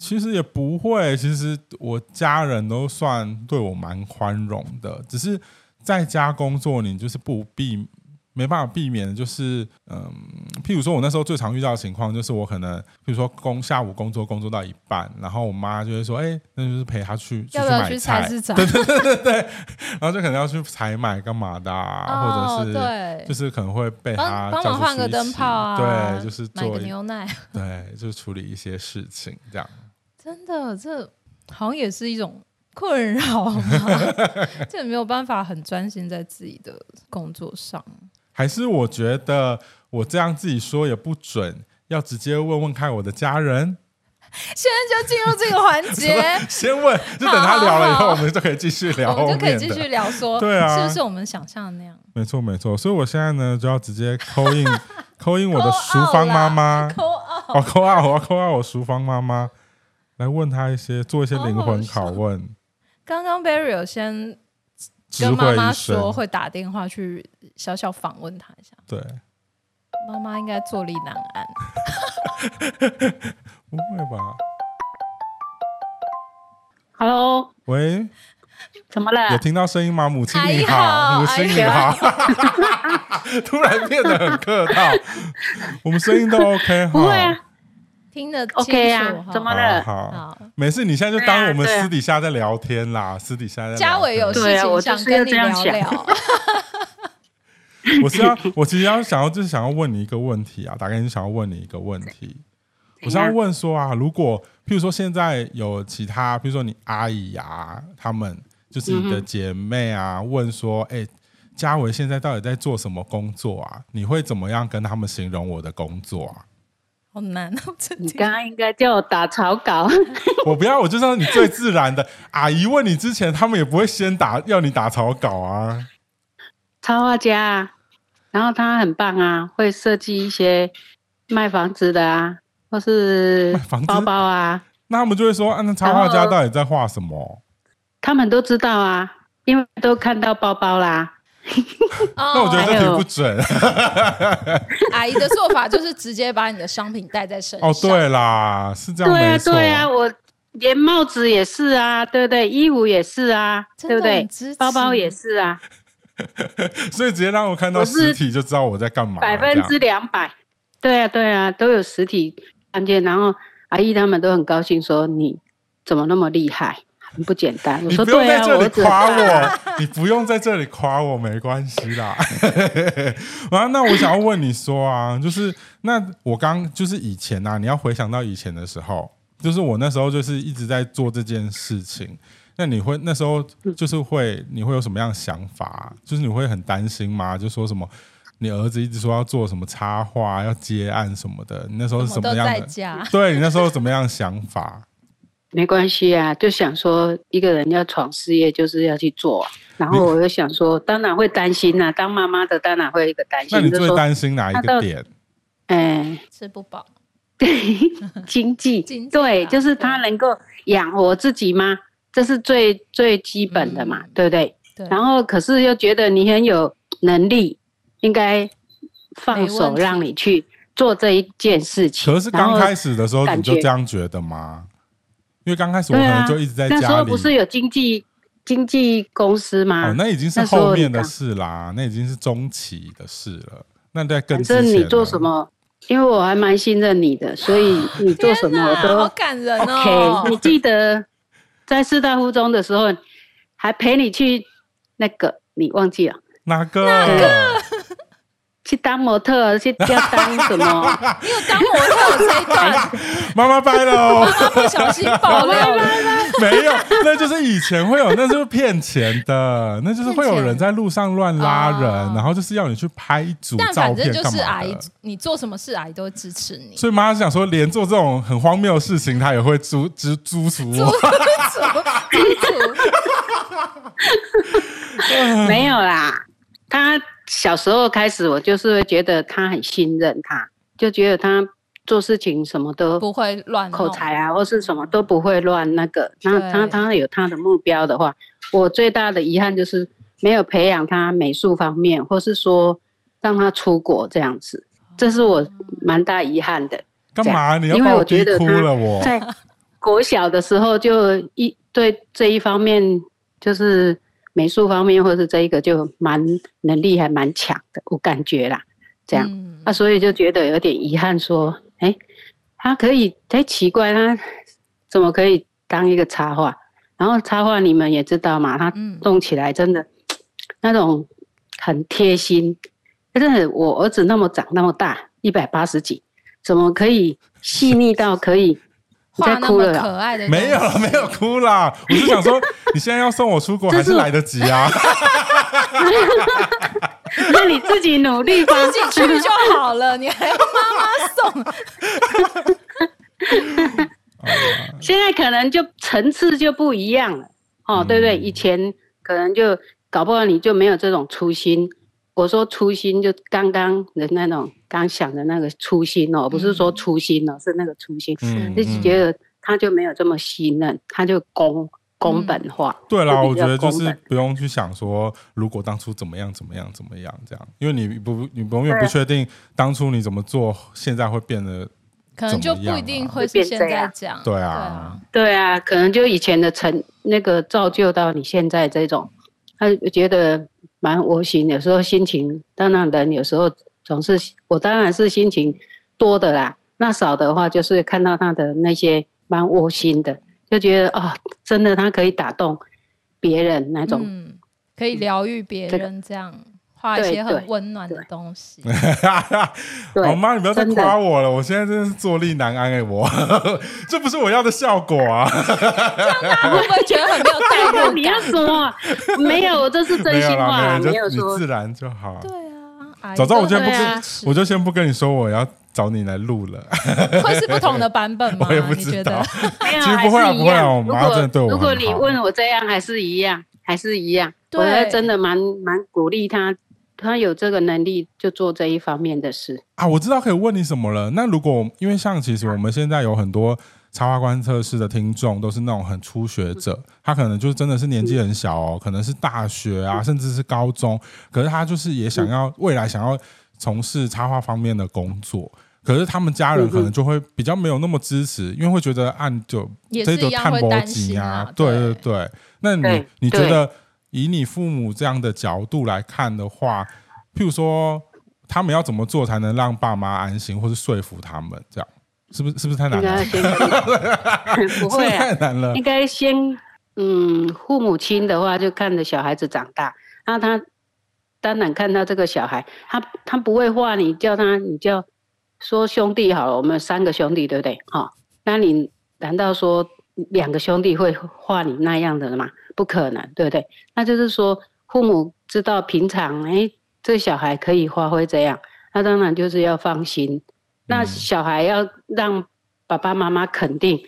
Speaker 2: 其实也不会。其实我家人都算对我蛮宽容的，只是在家工作，你就是不避没办法避免的，就是嗯，譬如说我那时候最常遇到的情况就是我可能，譬如说工下午工作工作到一半，然后我妈就会说，哎、那就是陪她去出
Speaker 1: 要不要
Speaker 2: 买
Speaker 1: 去
Speaker 2: 菜
Speaker 1: 菜，市 场？
Speaker 2: 然后就可能要去采买干嘛的、啊，
Speaker 1: 哦
Speaker 2: 或，者是。
Speaker 1: 对
Speaker 2: 就，是可能会被她
Speaker 1: 帮帮
Speaker 2: 叫
Speaker 1: 忙
Speaker 2: 出
Speaker 1: 换
Speaker 2: 去
Speaker 1: 个
Speaker 2: 一
Speaker 1: 灯
Speaker 2: 起
Speaker 1: 泡啊，
Speaker 2: 对，就是
Speaker 1: 买
Speaker 2: 做
Speaker 1: 个
Speaker 2: 一
Speaker 1: 牛奶，
Speaker 2: 对，就是处理一些事情这样。
Speaker 1: 真的，这好像也是一种困扰 嘛，这没有办法很专心在自己的工作上。
Speaker 2: 还是我觉得我这样自己说也不准，要直接问问看我的家人，，
Speaker 1: 现在就进入这个环节
Speaker 2: 先问，就等他聊了以
Speaker 1: 好好
Speaker 2: 后，
Speaker 1: 好
Speaker 2: 我们就可以继续 聊
Speaker 1: 我
Speaker 2: 后
Speaker 1: 们就可以
Speaker 2: 面
Speaker 1: 继续
Speaker 2: 的。
Speaker 1: 聊说，
Speaker 2: 对啊
Speaker 1: 是不是我们想象的那样？
Speaker 2: 没错没错，所以我现在呢就要直接扣 印扣印我的淑芳妈妈，
Speaker 1: 扣二，
Speaker 2: 我扣啊我要扣啊我淑芳妈妈，来问她一些做一些
Speaker 1: 好
Speaker 2: 灵
Speaker 1: 哦好
Speaker 2: 魂
Speaker 1: 笑
Speaker 2: 拷问，
Speaker 1: 刚刚 Barry 有先
Speaker 2: 智
Speaker 1: 跟妈
Speaker 2: 慧
Speaker 1: 妈
Speaker 2: 一
Speaker 1: 说
Speaker 2: 生。
Speaker 1: 会打电话去小小访问他一下，
Speaker 2: 对，
Speaker 1: 妈妈应该坐立难安。
Speaker 2: 不会吧？
Speaker 4: Hello，
Speaker 2: 喂，
Speaker 4: 怎么 了
Speaker 2: 有？听到声音吗？母亲
Speaker 1: 哎
Speaker 2: 你
Speaker 1: 呀
Speaker 2: 好，母亲你
Speaker 1: 哎
Speaker 2: 好
Speaker 1: 呀，
Speaker 2: 突然变得很客 套，我们声音都 OK 哈，
Speaker 4: 不会啊
Speaker 1: 听得清楚
Speaker 4: ，OK 啊
Speaker 1: 哈，
Speaker 4: 怎么
Speaker 2: 好
Speaker 4: 了？
Speaker 2: 好，
Speaker 1: 好？
Speaker 2: 没事，你现在就当我们
Speaker 4: 对啊对啊
Speaker 2: 私底下在聊天啦，私底下在聊天。
Speaker 1: 嘉伟有事
Speaker 4: 对啊
Speaker 1: 情
Speaker 4: 我就
Speaker 1: 想
Speaker 4: 是要
Speaker 1: 跟你
Speaker 4: 这样
Speaker 1: 聊
Speaker 4: 想
Speaker 1: 聊，
Speaker 2: 我是要，我其实要想要就是想要问你一个问题啊，大概就想要问你一个问题，我是
Speaker 4: 怎
Speaker 2: 要
Speaker 4: 样
Speaker 2: 问说啊，如果譬如说现在有其他，譬如说你阿姨啊，他们就是你的姐妹啊，问说，哎、嘉伟现在到底在做什么工作啊？你会怎么样跟他们形容我的工作啊？
Speaker 1: 好难哦，这
Speaker 4: 你
Speaker 1: 题
Speaker 4: 刚刚应该叫我打草稿，
Speaker 2: 我不要，我就是要你最自然的。阿姨问你之前，他们也不会先打要你打草稿啊。
Speaker 4: 插画家啊，然后他很棒啊，会设计一些卖房子的啊，或是
Speaker 2: 卖房子
Speaker 4: 包包啊，
Speaker 2: 那他们就会说，啊，那插画家到底在画什么？
Speaker 4: 他们都知道啊，因为都看到包包啦。
Speaker 2: 那
Speaker 1: 哦
Speaker 2: 我觉得这题不准。
Speaker 1: 阿姨的做法就是直接把你的商品带在身上。
Speaker 2: 哦，对啦，是这样，
Speaker 4: 对啊，
Speaker 2: 没错。
Speaker 4: 对啊，我连帽子也是啊，对不对？衣服也是啊，
Speaker 1: 真
Speaker 4: 对
Speaker 1: 的
Speaker 4: 不
Speaker 1: 很
Speaker 4: 对
Speaker 1: 支持？
Speaker 4: 包包也是啊，
Speaker 2: 所以直接让我看到
Speaker 4: 我是
Speaker 2: 实体就知道我在干嘛。
Speaker 4: 百分
Speaker 2: 这
Speaker 4: 之
Speaker 2: 样
Speaker 4: 两百。对啊，对啊，都有实体案件，然后阿姨他们都很高兴说你怎么那么厉害，很不简单。我
Speaker 2: 你
Speaker 4: 说
Speaker 2: 不用
Speaker 4: 对
Speaker 2: 在
Speaker 4: 啊，
Speaker 2: 这里
Speaker 4: 只
Speaker 2: 夸我，你不用在这里夸我，没关系啦。 然后，那我想要问你说啊，就是那我刚就是以前啊，你要回想到以前的时候，就是我那时候就是一直在做这件事情。那你会那时候就是会你会有什么样的想法啊、就是你会很担心吗？就说什么你儿子一直说要做什么插画、要接案什么的，你那时候是什
Speaker 1: 什么
Speaker 2: 么
Speaker 1: 都
Speaker 2: 样
Speaker 1: 在
Speaker 2: 的？
Speaker 1: 家，
Speaker 2: 对你那时候怎么样 想法？
Speaker 4: 没关系啊，就想说一个人要闯事业就是要去做、啊。然后我就想说，当然会担心呐、当妈妈的当然会有一个担
Speaker 2: 那你
Speaker 4: 心，就
Speaker 2: 最
Speaker 4: 说，
Speaker 2: 担心哪一
Speaker 4: 那
Speaker 2: 个
Speaker 4: 到
Speaker 2: 点？
Speaker 4: 哎，
Speaker 1: 吃不饱，
Speaker 4: 经 济，
Speaker 1: 经济
Speaker 4: 对，
Speaker 1: 啊
Speaker 4: 就是他能够养活自己吗？这是最最基本的嘛，
Speaker 1: 嗯
Speaker 4: 对不对？
Speaker 1: 对，
Speaker 4: 然后可是又觉得你很有能力，应该放
Speaker 1: 没
Speaker 4: 手
Speaker 1: 问题
Speaker 4: 让你去做这一件事情。
Speaker 2: 可是刚开始的时候
Speaker 4: 感
Speaker 2: 你
Speaker 4: 觉
Speaker 2: 就这样觉得吗？因为刚开始我
Speaker 4: 对
Speaker 2: 可
Speaker 4: 啊
Speaker 2: 能就一直在
Speaker 4: 那时
Speaker 2: 家
Speaker 4: 候
Speaker 2: 里。
Speaker 4: 不是有经纪经纪公司吗？
Speaker 2: 哦，那已经是
Speaker 4: 那时候
Speaker 2: 后面
Speaker 4: 你
Speaker 2: 的
Speaker 4: 刚
Speaker 2: 事啦，那已经是中期的事了。那在更
Speaker 4: 反
Speaker 2: 之
Speaker 4: 正你
Speaker 2: 前
Speaker 4: 做
Speaker 2: 呢
Speaker 4: 什么，因为我还蛮信任你的，所以你做什么
Speaker 1: 天哪
Speaker 4: 我
Speaker 1: 好
Speaker 4: 都
Speaker 1: 感人哦
Speaker 4: OK。你记得在师大附中的时候，还陪你去那个，你忘记了？
Speaker 2: 哪个？
Speaker 4: 去当模特儿，去要当什么？
Speaker 1: 你有当模特儿这一
Speaker 2: 哎
Speaker 1: 段，
Speaker 2: 妈妈掰了哦，
Speaker 1: 他不小心爆料了，
Speaker 2: 没有，那就是以前会有，那就是骗钱的，那就是会有人在路上乱拉人，
Speaker 4: 啊
Speaker 1: 哦
Speaker 2: 然后就是要你去拍一组
Speaker 1: 但
Speaker 2: 照
Speaker 1: 反
Speaker 2: 片
Speaker 1: 正就
Speaker 2: 干
Speaker 1: 是
Speaker 2: 嘛
Speaker 1: 阿
Speaker 2: 的
Speaker 1: 姨。，你做什么事阿姨都会支持你。
Speaker 2: 所以妈想说，连做这种很荒谬的事情，她也会租支租 赎我。
Speaker 1: 嗯
Speaker 4: 没有啦。他小时候开始，我就是会觉得他很信任他，就觉得他做事情什么 都
Speaker 1: 不会乱弄
Speaker 4: 口才啊，或是什么都不会乱那个。那
Speaker 1: 对
Speaker 4: 他他有他的目标的话，我最大的遗憾就是没有培养他美术方面，或是说让他出国这样子，这是
Speaker 1: 哦
Speaker 4: 我蛮大遗憾的。
Speaker 2: 干嘛？你要
Speaker 4: 因为
Speaker 2: 把
Speaker 4: 我
Speaker 2: 逼
Speaker 4: 觉得
Speaker 2: 哭
Speaker 4: 他
Speaker 2: 了我。
Speaker 4: 在国小的时候就一对这一方面，就是美术方面或是这一个就蛮能力还蛮强的，我感觉啦，这样。
Speaker 1: 嗯
Speaker 4: 啊，所以就觉得有点遗憾，说，哎、他可以，哎、奇怪，他怎么可以当一个插画？然后插画你们也知道嘛，他
Speaker 1: 嗯
Speaker 4: 动起来真的、那种很贴心，真的，我儿子那么长那么大，一百八十几，怎么可以细腻到可以？你
Speaker 1: 画
Speaker 4: 在
Speaker 1: 那
Speaker 4: 哭
Speaker 1: 么
Speaker 4: 了啊
Speaker 1: 可
Speaker 4: 啦？
Speaker 1: 爱的，
Speaker 2: 没有了，没有。哭啦！我是想 说，你现在要送我出国
Speaker 4: 这
Speaker 2: 还
Speaker 4: 是
Speaker 2: 是来得及 啊？
Speaker 4: 那你自己努力吧，
Speaker 1: 自己去就好了，你还要妈妈送，
Speaker 4: 现在可能就层次就不一样了，哦，对不对？
Speaker 2: 嗯
Speaker 4: 以前可能就搞不好你就没有这种初心。我说初心就刚刚的那种刚想的那个初心哦，不是说初心哦，是那个初心，
Speaker 2: 嗯
Speaker 4: 自己觉得他就没有这么细嫩，他就工工本化。
Speaker 2: 对啦，
Speaker 4: 就
Speaker 2: 我
Speaker 4: 比
Speaker 2: 觉
Speaker 4: 较
Speaker 2: 得就
Speaker 4: 工
Speaker 2: 是
Speaker 4: 本
Speaker 2: 不用去想说，如果当初怎么样怎么样怎么样这样，因为你不你永远
Speaker 4: 对啊
Speaker 2: 不确定当初你怎么做，现在会变得
Speaker 1: 可能就不一定会是现在这样。
Speaker 2: 对啊
Speaker 1: 啊，，
Speaker 4: 对啊，可能就以前的成那个造就到你现在这种，他觉得蛮窝心。有时候心情，当然人有时候总是，我当然是心情多的啦。那少的话，就是看到他的那些蛮窝心的，就觉得哦，真的他可以打动别人那种。
Speaker 1: 嗯，可以疗愈别人，这样画一些很温暖的东西。
Speaker 4: 对
Speaker 2: 好哦妈，你不要再
Speaker 4: 真的
Speaker 2: 夸我了，我现在真的是坐立难安哎、我 这不是我要的效果啊！
Speaker 1: 大家会不会觉得很没有代入感？
Speaker 4: 你要说啊 没有，我这是真
Speaker 2: 没有
Speaker 4: 心话
Speaker 2: 啦，
Speaker 4: 啦，
Speaker 2: 没有，就
Speaker 4: 没有
Speaker 2: 你
Speaker 4: 说
Speaker 2: 自然就好。
Speaker 1: 对啊，阿姨
Speaker 2: 早知道我今天不
Speaker 4: 对
Speaker 2: 跟、
Speaker 4: 啊
Speaker 2: 我就先不跟你说我要找你来录了，
Speaker 1: 会是不同的版本
Speaker 4: 嗯
Speaker 1: 吗？
Speaker 2: 我也不
Speaker 1: 你觉得
Speaker 2: 知道？。
Speaker 4: 没有，
Speaker 2: 其实
Speaker 4: 还
Speaker 2: 不会啊
Speaker 4: 是
Speaker 2: 不
Speaker 4: 一
Speaker 2: 会啊
Speaker 4: 样。
Speaker 2: 我
Speaker 4: 如
Speaker 2: 妈真的对我
Speaker 4: 果如果
Speaker 2: 很
Speaker 4: 你
Speaker 2: 好
Speaker 4: 问我这样，还是一样，还是一样。我
Speaker 1: 对
Speaker 4: 还真的蛮蛮鼓励他，他有这个能力就做这一方面的事。
Speaker 2: 啊，我知道可以问你什么了。那如果因为像其实我们现在有很多插画观测室的听众都是那种很初学者，他可能就是真的是年纪很小哦，可能是大学啊，甚至是高中，可是他就是也想要未来想要从事插画方面的工作。可是他们家人可能就会比较没有那么支持，因为会觉得按就
Speaker 1: 也
Speaker 2: 这
Speaker 1: 是
Speaker 2: 就
Speaker 1: 一样
Speaker 2: 探
Speaker 1: 会
Speaker 2: 博
Speaker 1: 担
Speaker 2: 级
Speaker 1: 心
Speaker 2: 啊
Speaker 1: 啊，
Speaker 2: 对对
Speaker 1: 对
Speaker 2: 对。那你
Speaker 4: 对
Speaker 2: 你觉
Speaker 4: 哎对
Speaker 2: 得以你父母这样的角度来看的话，譬如说他们要怎么做才能让爸妈安心，或是说服他们，这样是不是是不是太难
Speaker 4: 应该
Speaker 2: 了
Speaker 4: 要？先跟， 不
Speaker 2: 是不
Speaker 4: 会
Speaker 2: 是
Speaker 4: 啊，
Speaker 2: 太难了
Speaker 4: 应？该先嗯，父母亲的话就看着小孩子长大，那他当然看到这个小孩，他他不会画，你叫他你叫说兄弟好了，我们有三个兄弟对不对？哈、那你难道说两个兄弟会画你那样的吗？不可能，对不对？那就是说父母知道平常哎，这小孩可以发挥这样，那当然就是要放心。那
Speaker 2: 嗯
Speaker 4: 小孩要让爸爸妈妈肯定，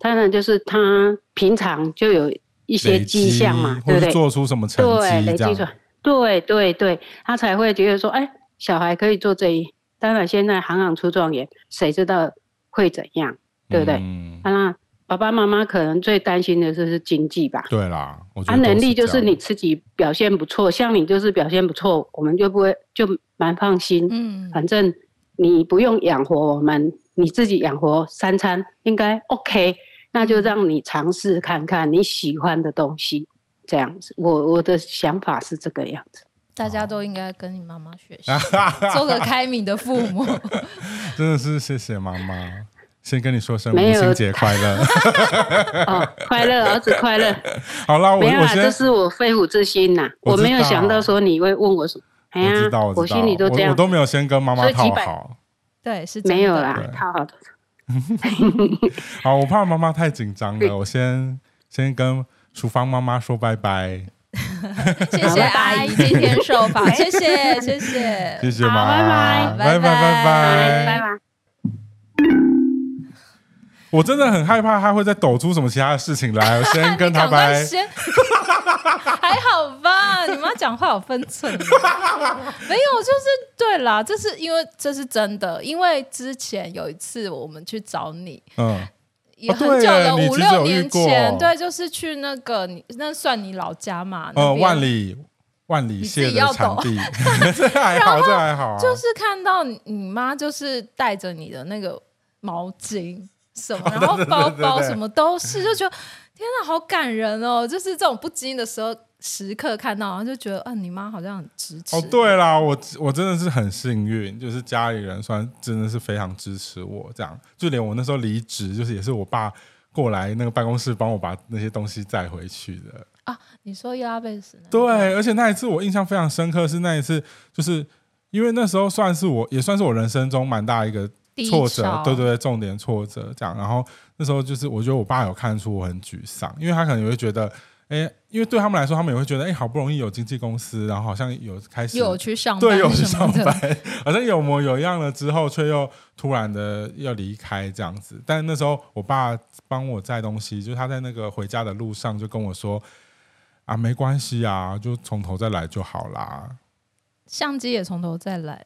Speaker 4: 当然就是他平常就有一些
Speaker 2: 累积
Speaker 4: 迹象嘛，
Speaker 2: 或
Speaker 4: 对不
Speaker 2: 是
Speaker 4: 对？
Speaker 2: 做出什么成
Speaker 4: 对，
Speaker 2: 绩这
Speaker 4: 累积
Speaker 2: 样
Speaker 4: 出？来，对对对，他才会觉得说，哎，小孩可以做这一。当然，现在行行出状元，谁知道会怎样，对不对？
Speaker 2: 嗯
Speaker 4: 啊，那爸爸妈妈可能最担心的就是经济吧。
Speaker 2: 对啦，我觉
Speaker 4: 啊，
Speaker 2: 得都
Speaker 4: 能力就
Speaker 2: 这
Speaker 4: 是
Speaker 2: 样
Speaker 4: 你自己表现不错，像你就是表现不错，我们就不会就蛮放心。
Speaker 1: 嗯，
Speaker 4: 反正你不用养活我们，你自己养活三餐应该 OK。那就让你尝试看看你喜欢的东西，这样子。我我的想法是这个样 子。
Speaker 1: 大家都应该跟你妈妈学习，做个开明的父母。
Speaker 2: 真的是谢谢妈妈，先跟你说声母
Speaker 4: 没有
Speaker 2: 亲节快 乐。
Speaker 4: 哦，快乐，儿子快乐。
Speaker 2: 好 啦，我
Speaker 4: 没有
Speaker 2: 我
Speaker 4: 啦，这
Speaker 2: 先
Speaker 4: 是我肺腑之心呐、
Speaker 2: 我
Speaker 4: 我
Speaker 2: 知
Speaker 4: 没有
Speaker 2: 道啊
Speaker 4: 想到说你会问我什么。哎
Speaker 2: 我知
Speaker 4: 呀
Speaker 2: 道，，
Speaker 4: 我
Speaker 2: 知道，
Speaker 4: 心里都
Speaker 2: 我
Speaker 4: 这样
Speaker 2: 我，都没有先跟妈妈
Speaker 4: 所以
Speaker 2: 套
Speaker 4: 几百
Speaker 2: 好。
Speaker 1: 对，是真的
Speaker 4: 没有啦
Speaker 2: 对，
Speaker 4: 太好的。
Speaker 2: 好，我怕妈妈太紧张了，我先先跟厨房妈妈说拜拜，
Speaker 1: 谢谢阿姨今天受访，谢谢谢谢。
Speaker 2: 谢谢
Speaker 4: 好
Speaker 2: 妈妈，
Speaker 4: 拜
Speaker 1: 呃拜
Speaker 2: 拜 拜
Speaker 4: 拜拜。拜。
Speaker 2: 我真的很害怕她会再抖出什么其他的事情 来，我先跟
Speaker 1: 你
Speaker 2: 她
Speaker 1: 赶快
Speaker 2: 拜。
Speaker 1: 先， 还好吧？你妈讲话有分 寸的，没有，就是对啦，这是因为这是真的，因为之前有一次我们去找你，
Speaker 2: 嗯，
Speaker 1: 也
Speaker 2: 哦
Speaker 1: 很
Speaker 2: 对
Speaker 1: 久
Speaker 2: 耶
Speaker 1: 了，
Speaker 2: 你
Speaker 1: 五
Speaker 2: 其实
Speaker 1: 六
Speaker 2: 有遇
Speaker 1: 年
Speaker 2: 过
Speaker 1: 前，对，就是去那个你那算你老家嘛，那
Speaker 2: 呃，
Speaker 1: 边
Speaker 2: 万里万里蟹
Speaker 1: 你自己
Speaker 2: 的
Speaker 1: 要
Speaker 2: 产
Speaker 1: 抖
Speaker 2: 地， 这还好，这还好啊，
Speaker 1: 就是看到你你妈就是带着你的那个毛巾什么，然后包
Speaker 2: 对对
Speaker 1: 包
Speaker 2: 对
Speaker 1: 什么都是，就觉得天哪，好感人哦！就是这种不经意的时候时刻看到，然后就觉得，啊，你妈好像很支持。
Speaker 2: 哦，对啦，我我真的是很幸运，就是家里人算真的是非常支持我，这样就连我那时候离职，就是也是我爸过来那个办公室帮我把那些东西载回去的。
Speaker 1: 啊，你说伊拉贝斯呢？
Speaker 2: 对，而且那一次我印象非常深刻，是那一次就是因为那时候算是我也算是我人生中蛮大一个
Speaker 1: 低
Speaker 2: 挫折
Speaker 1: 潮，
Speaker 2: 对对对，重点挫折这样。然后那时候就是，我觉得我爸有看出我很沮丧，因为他可能也会觉得，哎，因为对他们来说，他们也会觉得，哎，好不容易有经纪公司，然后好像有开始
Speaker 1: 又有去上班，
Speaker 2: 对，有去
Speaker 1: 哦什么的。
Speaker 2: 上班，好像有模有样了之后，却又突然的要离开这样子。但那时候我爸帮我载东西，就是他在那个回家的路上就跟我说：“啊，没关系啊，就从头再来就好啦。
Speaker 1: 相机也从头再来，”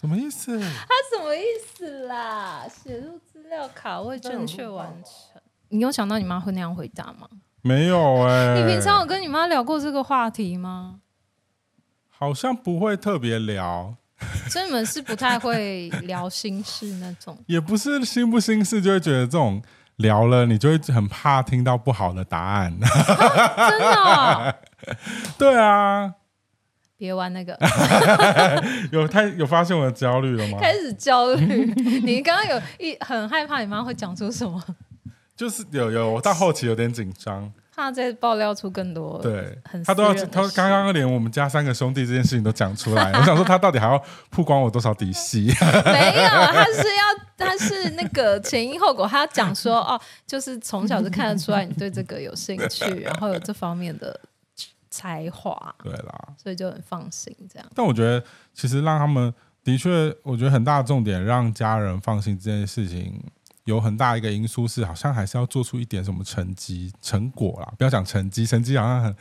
Speaker 2: 什么意思？
Speaker 1: 他什么意思啦？写入资料卡未正确完成。你有想到你妈会那样回答吗？
Speaker 2: 没有哎、
Speaker 1: 啊你平常有跟你妈聊过这个话题吗？
Speaker 2: 好像不会特别聊，。
Speaker 1: 所以你们是不太会聊心事那种
Speaker 2: 也不是心不心事，就会觉得这种聊了，你就会很怕听到不好的答案。
Speaker 1: 真的哦、
Speaker 2: 对啊，
Speaker 1: 别玩那个，
Speaker 2: 有太有发现我的焦虑了吗？
Speaker 1: 开始焦 虑。你刚刚有一很害怕你妈会讲出什么，
Speaker 2: 就是有有，我到后期有点紧张。
Speaker 1: 怕再爆料出更多。，
Speaker 2: 对
Speaker 1: 很，
Speaker 2: 他都要
Speaker 1: 私人的
Speaker 2: 他
Speaker 1: 事
Speaker 2: 刚刚连我们家三个兄弟这件事情都讲出来，我想说他到底还要曝光我多少底细？
Speaker 1: 没有，他是要他是那个前因后果，他讲说哦，就是从小就看得出来你对这个有兴趣，然后有这方面的才华，
Speaker 2: 对啦，
Speaker 1: 所以就很放心这样。
Speaker 2: 但我觉得其实让他们的确，我觉得很大的重点让家人放心这件事情，有很大一个因素是好像还是要做出一点什么成绩成果啦，不要讲成绩，成绩好像很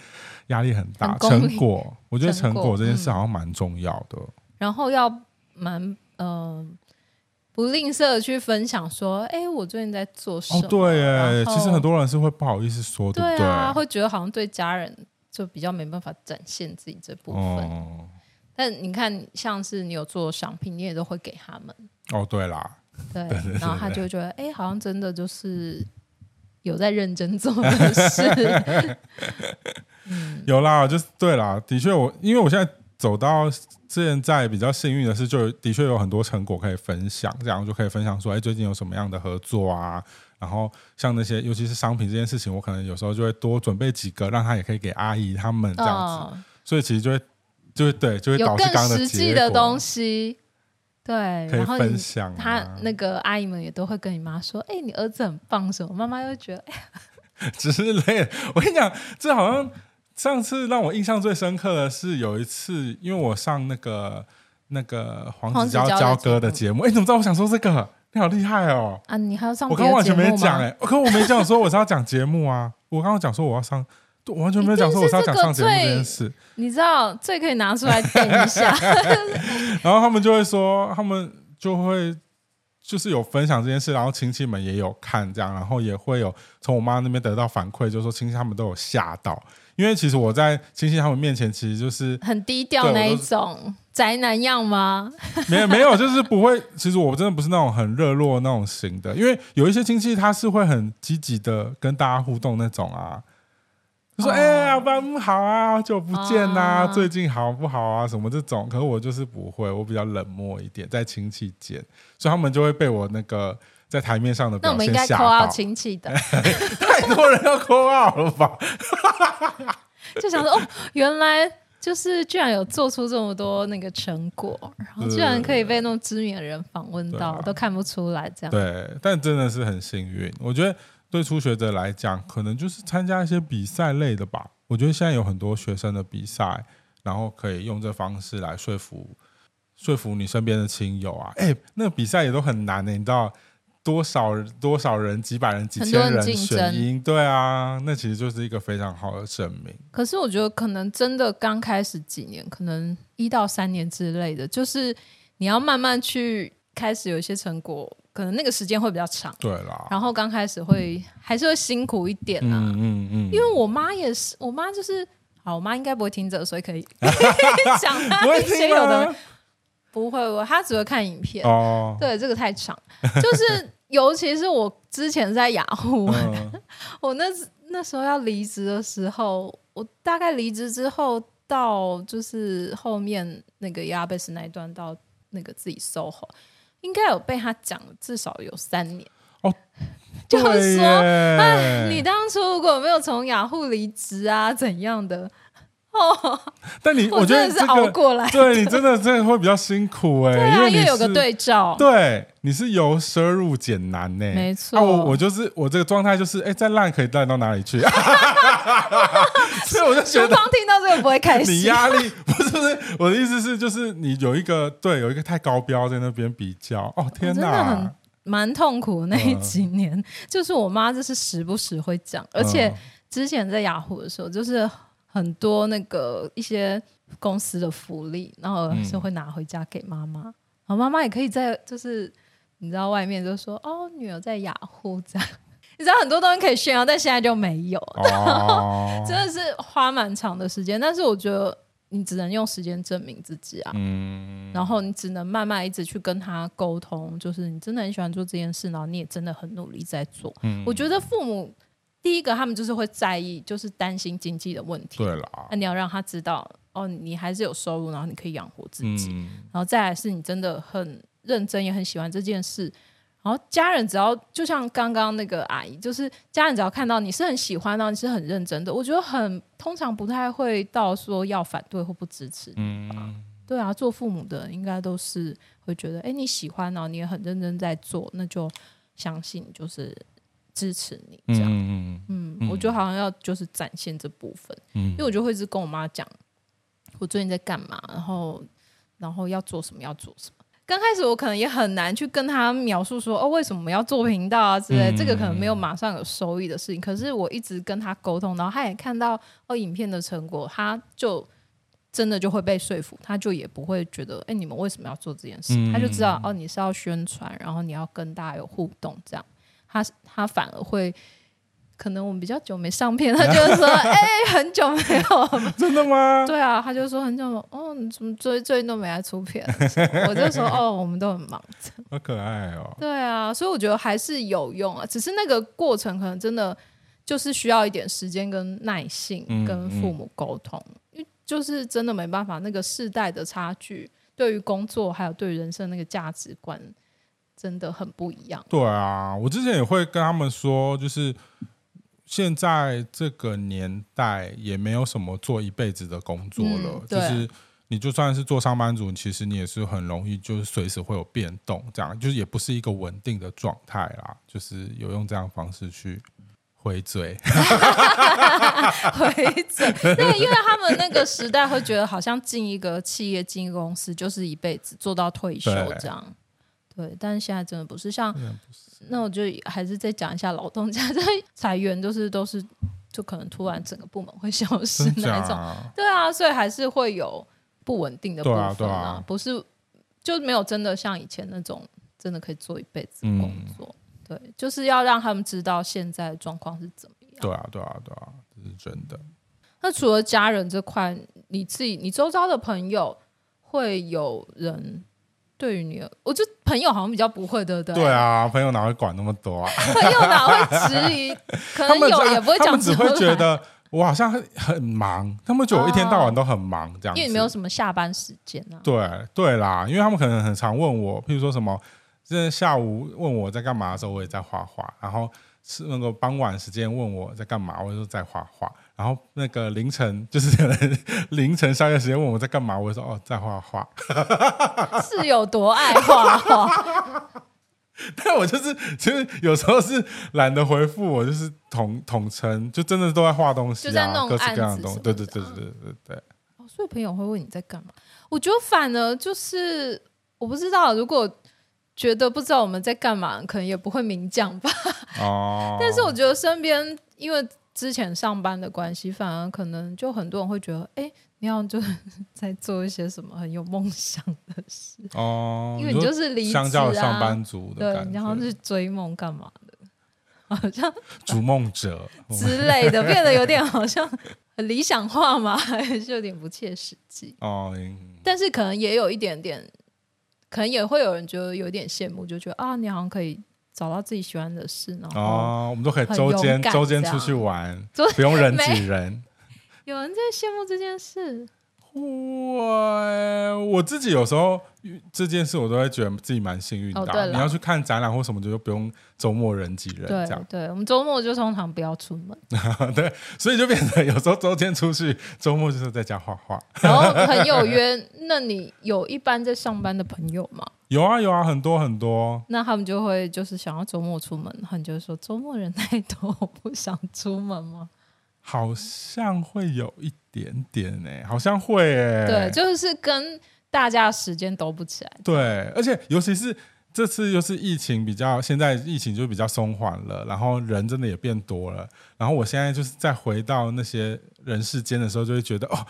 Speaker 2: 压力很大，
Speaker 1: 很功利
Speaker 2: 成果，我觉得成
Speaker 1: 成果嗯
Speaker 2: 果这件事好像蛮重要的。
Speaker 1: 然后要蛮呃不吝啬地去分享说，哎，我最近在做什么？
Speaker 2: 哦，对耶，
Speaker 1: 然后
Speaker 2: 其实很多人是会不好意思说，不
Speaker 1: 对
Speaker 2: 对？
Speaker 1: 啊，会觉得好像对家人就比较没办法展现自己这部分。
Speaker 2: 哦
Speaker 1: 但你看，像是你有做商品，你也都会给他们，
Speaker 2: 哦， 对啦，
Speaker 1: 对，然后他就会觉得，哎，好像真的就是有在认真做的事。
Speaker 2: 有啦，就是对啦，的确我因为我现在走到现在比较幸运的是，就的确有很多成果可以分享，这样就可以分享说，哎，最近有什么样的合作啊？然后像那些，尤其是商品这件事情，我可能有时候就会多准备几个，让他也可以给阿姨他 们这样子，
Speaker 1: 嗯，
Speaker 2: 所以其实就会就会对就会
Speaker 1: 有
Speaker 2: 导致
Speaker 1: 更
Speaker 2: 刚刚的
Speaker 1: 实际
Speaker 2: 结
Speaker 1: 的
Speaker 2: 果
Speaker 1: 东西，对，
Speaker 2: 可以
Speaker 1: 然后
Speaker 2: 分
Speaker 1: 你
Speaker 2: 享、啊。
Speaker 1: 他那个阿姨们也都会跟你妈说：“哎、你儿子很棒什么？”妈妈又觉得：“哎、
Speaker 2: 只是累。我跟你讲，这好像上次让我印象最深刻的是有一次，因为我上那个那个黄子佼
Speaker 1: 黄子佼的
Speaker 2: 佼哥的节目，哎，你怎么知道我想说这个？你好厉害哦！
Speaker 1: 啊，你还要上
Speaker 2: 我
Speaker 1: 别
Speaker 2: 刚刚
Speaker 1: 的
Speaker 2: 完
Speaker 1: 节
Speaker 2: 全
Speaker 1: 目吗？”
Speaker 2: 没讲哎、我可我没讲说我是要讲节目啊，我刚刚讲说我要上。对我完全没有讲说我是要讲上节目这件事，
Speaker 1: 你知道最可以拿出来等一下，
Speaker 2: 然后他们就会说，他们就会就是有分享这件事，然后亲戚们也有看这样，然后也会有从我妈那边得到反馈，就是说亲戚他们都有吓到，因为其实我在亲戚他们面前其实就是
Speaker 1: 很低调
Speaker 2: 对
Speaker 1: 那
Speaker 2: 我
Speaker 1: 一
Speaker 2: 都是
Speaker 1: 种宅男样吗？
Speaker 2: 没有没有，就是不会。其实我真的不是那种很热络那种型的，因为有一些亲戚他是会很积极的跟大家互动那种啊，就说
Speaker 1: 哦
Speaker 2: 哎、阿班好啊，好久不见呐、
Speaker 1: 啊
Speaker 2: 最近好不好啊，什么这种。可是我就是不会，我比较冷漠一点，在亲戚间，所以他们就会被我那个在台面上的
Speaker 1: 那我
Speaker 2: 表
Speaker 1: 们应
Speaker 2: 现
Speaker 1: 该
Speaker 2: 吓
Speaker 1: 扣到
Speaker 2: 到。
Speaker 1: 亲戚的，
Speaker 2: 太多人要扣二了吧？
Speaker 1: 就想说哦，原来就是居然有做出这么多那个成果，然后居然可以被那种知名的人访问到，
Speaker 2: 对啊
Speaker 1: 都看不出来这样。
Speaker 2: 对，但真的是很幸运。我觉得对初学者来讲，可能就是参加一些比赛类的吧。我觉得现在有很多学生的比赛，然后可以用这方式来说服说服你身边的亲友 啊。哎，那个比赛也都很难的、你知道多少多少人、几百人、几
Speaker 1: 很多
Speaker 2: 千
Speaker 1: 人
Speaker 2: 人
Speaker 1: 竞
Speaker 2: 选
Speaker 1: 争
Speaker 2: 赢，对啊，那其实就是一个非常好的证明。
Speaker 1: 可是我觉得可能真的刚开始几年，可能一到三年之类的，就是你要慢慢去开始有一些成果，可能那个时间会比较长，
Speaker 2: 对啦，
Speaker 1: 然后刚开始会还是会辛苦一点啊。
Speaker 2: 嗯嗯嗯，
Speaker 1: 因为我妈也是，我妈就是，好，我妈应该不会听这个，所以可 以讲
Speaker 2: 不
Speaker 1: 她
Speaker 2: 会
Speaker 1: 一些
Speaker 2: 听啊
Speaker 1: 有的
Speaker 2: 吗？
Speaker 1: 不会，我她只会看影片。
Speaker 2: 哦，
Speaker 1: 对，这个太长，就是尤其是我之前在雅虎，
Speaker 2: 嗯，
Speaker 1: 我那时那时候要离职的时候，我大概离职之后到就是后面那个亚贝斯那一段到那个自己 SOHO，应该有被他讲至少有三年。
Speaker 2: 哦，
Speaker 1: 就是说，
Speaker 2: 对
Speaker 1: 哎，
Speaker 2: 耶
Speaker 1: 你当初如果没有从雅虎离职啊，怎样的？哦，
Speaker 2: 但你
Speaker 1: 我
Speaker 2: 觉
Speaker 1: 真
Speaker 2: 得
Speaker 1: 的
Speaker 2: 这
Speaker 1: 是熬
Speaker 2: 个
Speaker 1: 过来。
Speaker 2: 对你真的真的会比较辛苦哎、
Speaker 1: 对
Speaker 2: 因
Speaker 1: 啊，
Speaker 2: 为
Speaker 1: 因为
Speaker 2: 你
Speaker 1: 有个
Speaker 2: 是，
Speaker 1: 对照，
Speaker 2: 对，你是由奢入俭难呢、
Speaker 1: 没错
Speaker 2: 啊、我我就是我这个状态就是，哎、再烂可以烂到哪 里去？啊所以我就觉
Speaker 1: 厨
Speaker 2: 得
Speaker 1: 方听到这个不会开
Speaker 2: 你
Speaker 1: 心。
Speaker 2: 压力 不是不是我的意思是，就是你有一个对有一个太高标在那边比较，哦天
Speaker 1: 真的很
Speaker 2: 哪，
Speaker 1: 蛮痛苦的那
Speaker 2: 嗯
Speaker 1: 几年，就是我妈就是时不时会讲，而且
Speaker 2: 嗯
Speaker 1: 之前在雅虎的时候，就是很多那个一些公司的福利，然后
Speaker 2: 嗯
Speaker 1: 是会拿回家给妈妈，然后妈妈也可以在就是你知道外面就说哦，女儿在雅虎这样， 你知道很多东西可以炫耀，但现在就没有，
Speaker 2: 哦，
Speaker 1: 真的是花蛮长的时间，但是我觉得你只能用时间证明自己啊，
Speaker 2: 嗯，
Speaker 1: 然后你只能慢慢一直去跟他沟通，就是你真的很喜欢做这件事，然后你也真的很努力在做。
Speaker 2: 嗯
Speaker 1: 我觉得父母第一个他们就是会在意，就是担心经济的问题。
Speaker 2: 对啦
Speaker 1: 那，你要让他知道，哦，你还是有收入，然后你可以养活自己。
Speaker 2: 嗯。
Speaker 1: 然后再来是你真的很认真，也很喜欢这件事。然后家人只要就像刚刚那个阿姨，就是家人只要看到你是很喜欢，然后你是很认真的，我觉得很通常不太会到说要反对或不支持。
Speaker 2: 嗯
Speaker 1: 对啊，做父母的应该都是会觉得，哎，你喜欢然后你也很认真在做，那就相信就是支持你这
Speaker 2: 嗯
Speaker 1: 样。
Speaker 2: 嗯嗯
Speaker 1: 嗯，我觉得好像要就是展现这部分，因为
Speaker 2: 嗯，
Speaker 1: 我就会一直跟我妈讲，我最近在干嘛，然后然后要做什么，要做什么。刚开始我可能也很难去跟她描述说，哦，为什么要做频道啊之类，
Speaker 2: 嗯
Speaker 1: 这个可能没有马上有收益的事情。可是我一直跟她沟通，然后她也看到哦影片的成果，她就真的就会被说服，她就也不会觉得，哎，你们为什么要做这件事？
Speaker 2: 嗯
Speaker 1: 她就知道哦，你是要宣传，然后你要跟大家有互动，这样，她她反而会。可能我们比较久没上片， 她就会说：“哎、很久没有
Speaker 2: 真的吗？
Speaker 1: 对啊，他就说很久没哦，你怎么最最近都没来出片？我就说哦，我们都很忙。
Speaker 2: 好可爱哦！
Speaker 1: 对啊，所以我觉得还是有用啊，只是那个过程可能真的就是需要一点时间跟耐性
Speaker 2: 嗯，
Speaker 1: 跟父母沟通，因为就是真的没办法，那个世代的差距，对于工作还有对于人生那个价值观真的很不一样。
Speaker 2: 对啊，我之前也会跟他们说，就是现在这个年代也没有什么做一辈子的工作了，
Speaker 1: 嗯
Speaker 2: 就
Speaker 1: 对
Speaker 2: 是你就算是做上班族，其实你也是很容易就是随时会有变动，这样就是也不是一个稳定的状态啦。就是有用这样的方式去回嘴，
Speaker 1: 回 嘴。对，因为他们那个时代会觉得，好像进一个企业、进一个公司就是一辈子，做到退休
Speaker 2: 对
Speaker 1: 这样。对，但是现在真的不是像，那我就还是再讲一下劳动假，这裁员就是都是就可能突然整个部门会消失
Speaker 2: 真
Speaker 1: 那
Speaker 2: 假
Speaker 1: 一种。
Speaker 2: 啊？
Speaker 1: 对啊，所以还是会有不稳定的部分
Speaker 2: 对啊对啊
Speaker 1: 不是就没有真的像以前那种真的可以做一辈子
Speaker 2: 嗯
Speaker 1: 工作。对，就是要让他们知道现在的状况是怎么样。
Speaker 2: 对啊，对啊，对啊，这是真的。
Speaker 1: 那除了家人这块，你自己你周遭的朋友会有人对于你有，我觉得朋友好像比较不会，对不对？
Speaker 2: 对，啊，朋友哪会管那么多 啊？
Speaker 1: 朋友哪会质 疑？可
Speaker 2: 他
Speaker 1: 能
Speaker 2: 们
Speaker 1: 有
Speaker 2: 只
Speaker 1: 也不会
Speaker 2: 他
Speaker 1: 讲
Speaker 2: 们
Speaker 1: 出
Speaker 2: 只
Speaker 1: 来，
Speaker 2: 会觉得我好像很很忙，他们觉得我一天到晚都很忙这样
Speaker 1: 哦
Speaker 2: 子。
Speaker 1: 因为你没有什么下班时间啊。
Speaker 2: 对对啦，因为他们可能很常问我，譬如说什么，现在下午问我在干嘛的时候，我也在画画，然后是那个傍晚时间问我在干嘛，我就在画画，然后那个凌晨就是 可能凌晨宵夜时间问我在干嘛，我就说哦在画画，
Speaker 1: 是有多爱画画？
Speaker 2: 但我就是其实有时候是懒得回复我，就是统统称，就真的都在画东西、啊，
Speaker 1: 就在弄
Speaker 2: 各式各样
Speaker 1: 案
Speaker 2: 的
Speaker 1: 子
Speaker 2: 东西，
Speaker 1: 什么
Speaker 2: 对
Speaker 1: 的嗯
Speaker 2: 对对对对对 对，
Speaker 1: 哦所以朋友会问你在干嘛？我觉得反而就是我不知道，如果觉得不知道我们在干嘛，可能也不会明讲吧。
Speaker 2: 哦，
Speaker 1: 但是我觉得身边因为之前上班的关系，反而可能就很多人会觉得，哎、你好像就是 在做一些什么很有梦想的事，
Speaker 2: 哦，
Speaker 1: 因为
Speaker 2: 你
Speaker 1: 你
Speaker 2: 说
Speaker 1: 就是离职啊
Speaker 2: 相较上班族的
Speaker 1: 对，
Speaker 2: 感
Speaker 1: 然后
Speaker 2: 觉
Speaker 1: 去追梦干嘛的，好像
Speaker 2: 逐 梦者，
Speaker 1: 之类的，变得有点好像很理想化嘛， 还是有点不切实际。
Speaker 2: 哦，嗯
Speaker 1: 但是可能也有一点点，可能也会有人觉得有点羡慕，就觉得啊，你好像可以找到自己喜欢的事，然后
Speaker 2: 哦，我们都可以
Speaker 1: 很
Speaker 2: 周
Speaker 1: 勇
Speaker 2: 间
Speaker 1: 敢
Speaker 2: 周间
Speaker 1: 这
Speaker 2: 出
Speaker 1: 样
Speaker 2: 去玩
Speaker 1: 周，
Speaker 2: 不用人挤
Speaker 1: 没
Speaker 2: 人。
Speaker 1: 有人在羡慕这件事。
Speaker 2: 我我自己有时候这件事，我都会觉得自己蛮幸运的
Speaker 1: 哦
Speaker 2: 啊、
Speaker 1: 对啦
Speaker 2: 你要去看展览或什么的，就不用周末人挤人
Speaker 1: 对
Speaker 2: 这样。
Speaker 1: 对，我们周末就通常不要出 门，
Speaker 2: 对，所以就变成有时候周间出去，周末就是在家画画。
Speaker 1: 然后朋友约，那你有一般在上班的朋友吗？
Speaker 2: 有啊有啊，很多很多。
Speaker 1: 那他们就会就是想要周末出门，然后你就会说周末人太多，我不想出门吗？
Speaker 2: 好像会有一点点呢、好像会哎、
Speaker 1: 对，就是跟大家的时间都不起来。
Speaker 2: 对，而且尤其是这次又是疫情比较，现在疫情就比较松缓了，然后人真的也变多了，然后我现在就是再回到那些人世间的时候，就会觉得哦。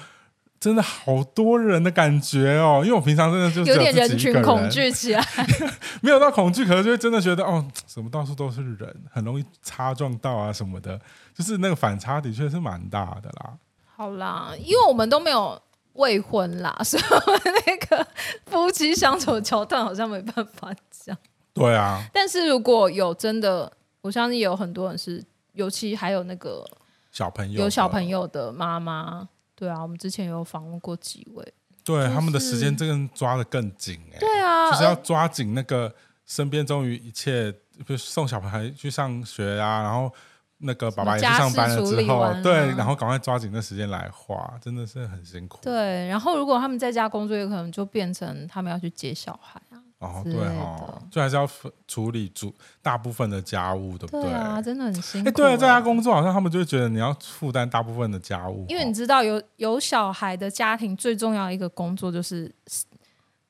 Speaker 2: 真的好多人的感觉哦，因为我平常真的就是只
Speaker 1: 有点
Speaker 2: 自己
Speaker 1: 人
Speaker 2: 一
Speaker 1: 群
Speaker 2: 个
Speaker 1: 恐，惧起来，
Speaker 2: 没有到恐惧，可能就会真的觉得哦，怎么到处都是人，很容易擦撞到啊什么的，就是那个反差的确是蛮大的啦。
Speaker 1: 好啦，因为我们都没有未婚啦， 所以我们那个夫妻相处的桥段好像没办法讲。
Speaker 2: 对啊，
Speaker 1: 但是如果有真的，我相信也有很多人是，尤其还有那个
Speaker 2: 小朋友
Speaker 1: 有小
Speaker 2: 友，
Speaker 1: 朋友的妈妈，对啊，我们之前有访问过几位，就
Speaker 2: 对、
Speaker 1: 是
Speaker 2: 他们的时间真的抓的更紧哎、
Speaker 1: 对啊，
Speaker 2: 就是要
Speaker 1: 呃
Speaker 2: 抓紧那个身边终于一切，比如送小孩去上学啊，然后那个爸爸也去上班了
Speaker 1: 什么家事
Speaker 2: 之
Speaker 1: 处理
Speaker 2: 后，
Speaker 1: 完啊
Speaker 2: 对，然后赶快抓紧那时间来画，真的是很辛苦。，
Speaker 1: 对。然后如果他们在家工作，有可能就变成他们要去接小孩啊，
Speaker 2: 哦，
Speaker 1: 之
Speaker 2: 对
Speaker 1: 类的
Speaker 2: 哦，就还是要分处理主大部分的家务，对不
Speaker 1: 对啊，真的很辛苦、啊
Speaker 2: 哎，对，在家工作好像他们就会觉得你要负担大部分的家务哦，
Speaker 1: 因为你知道有有小孩的家庭最重要的一个工作就是，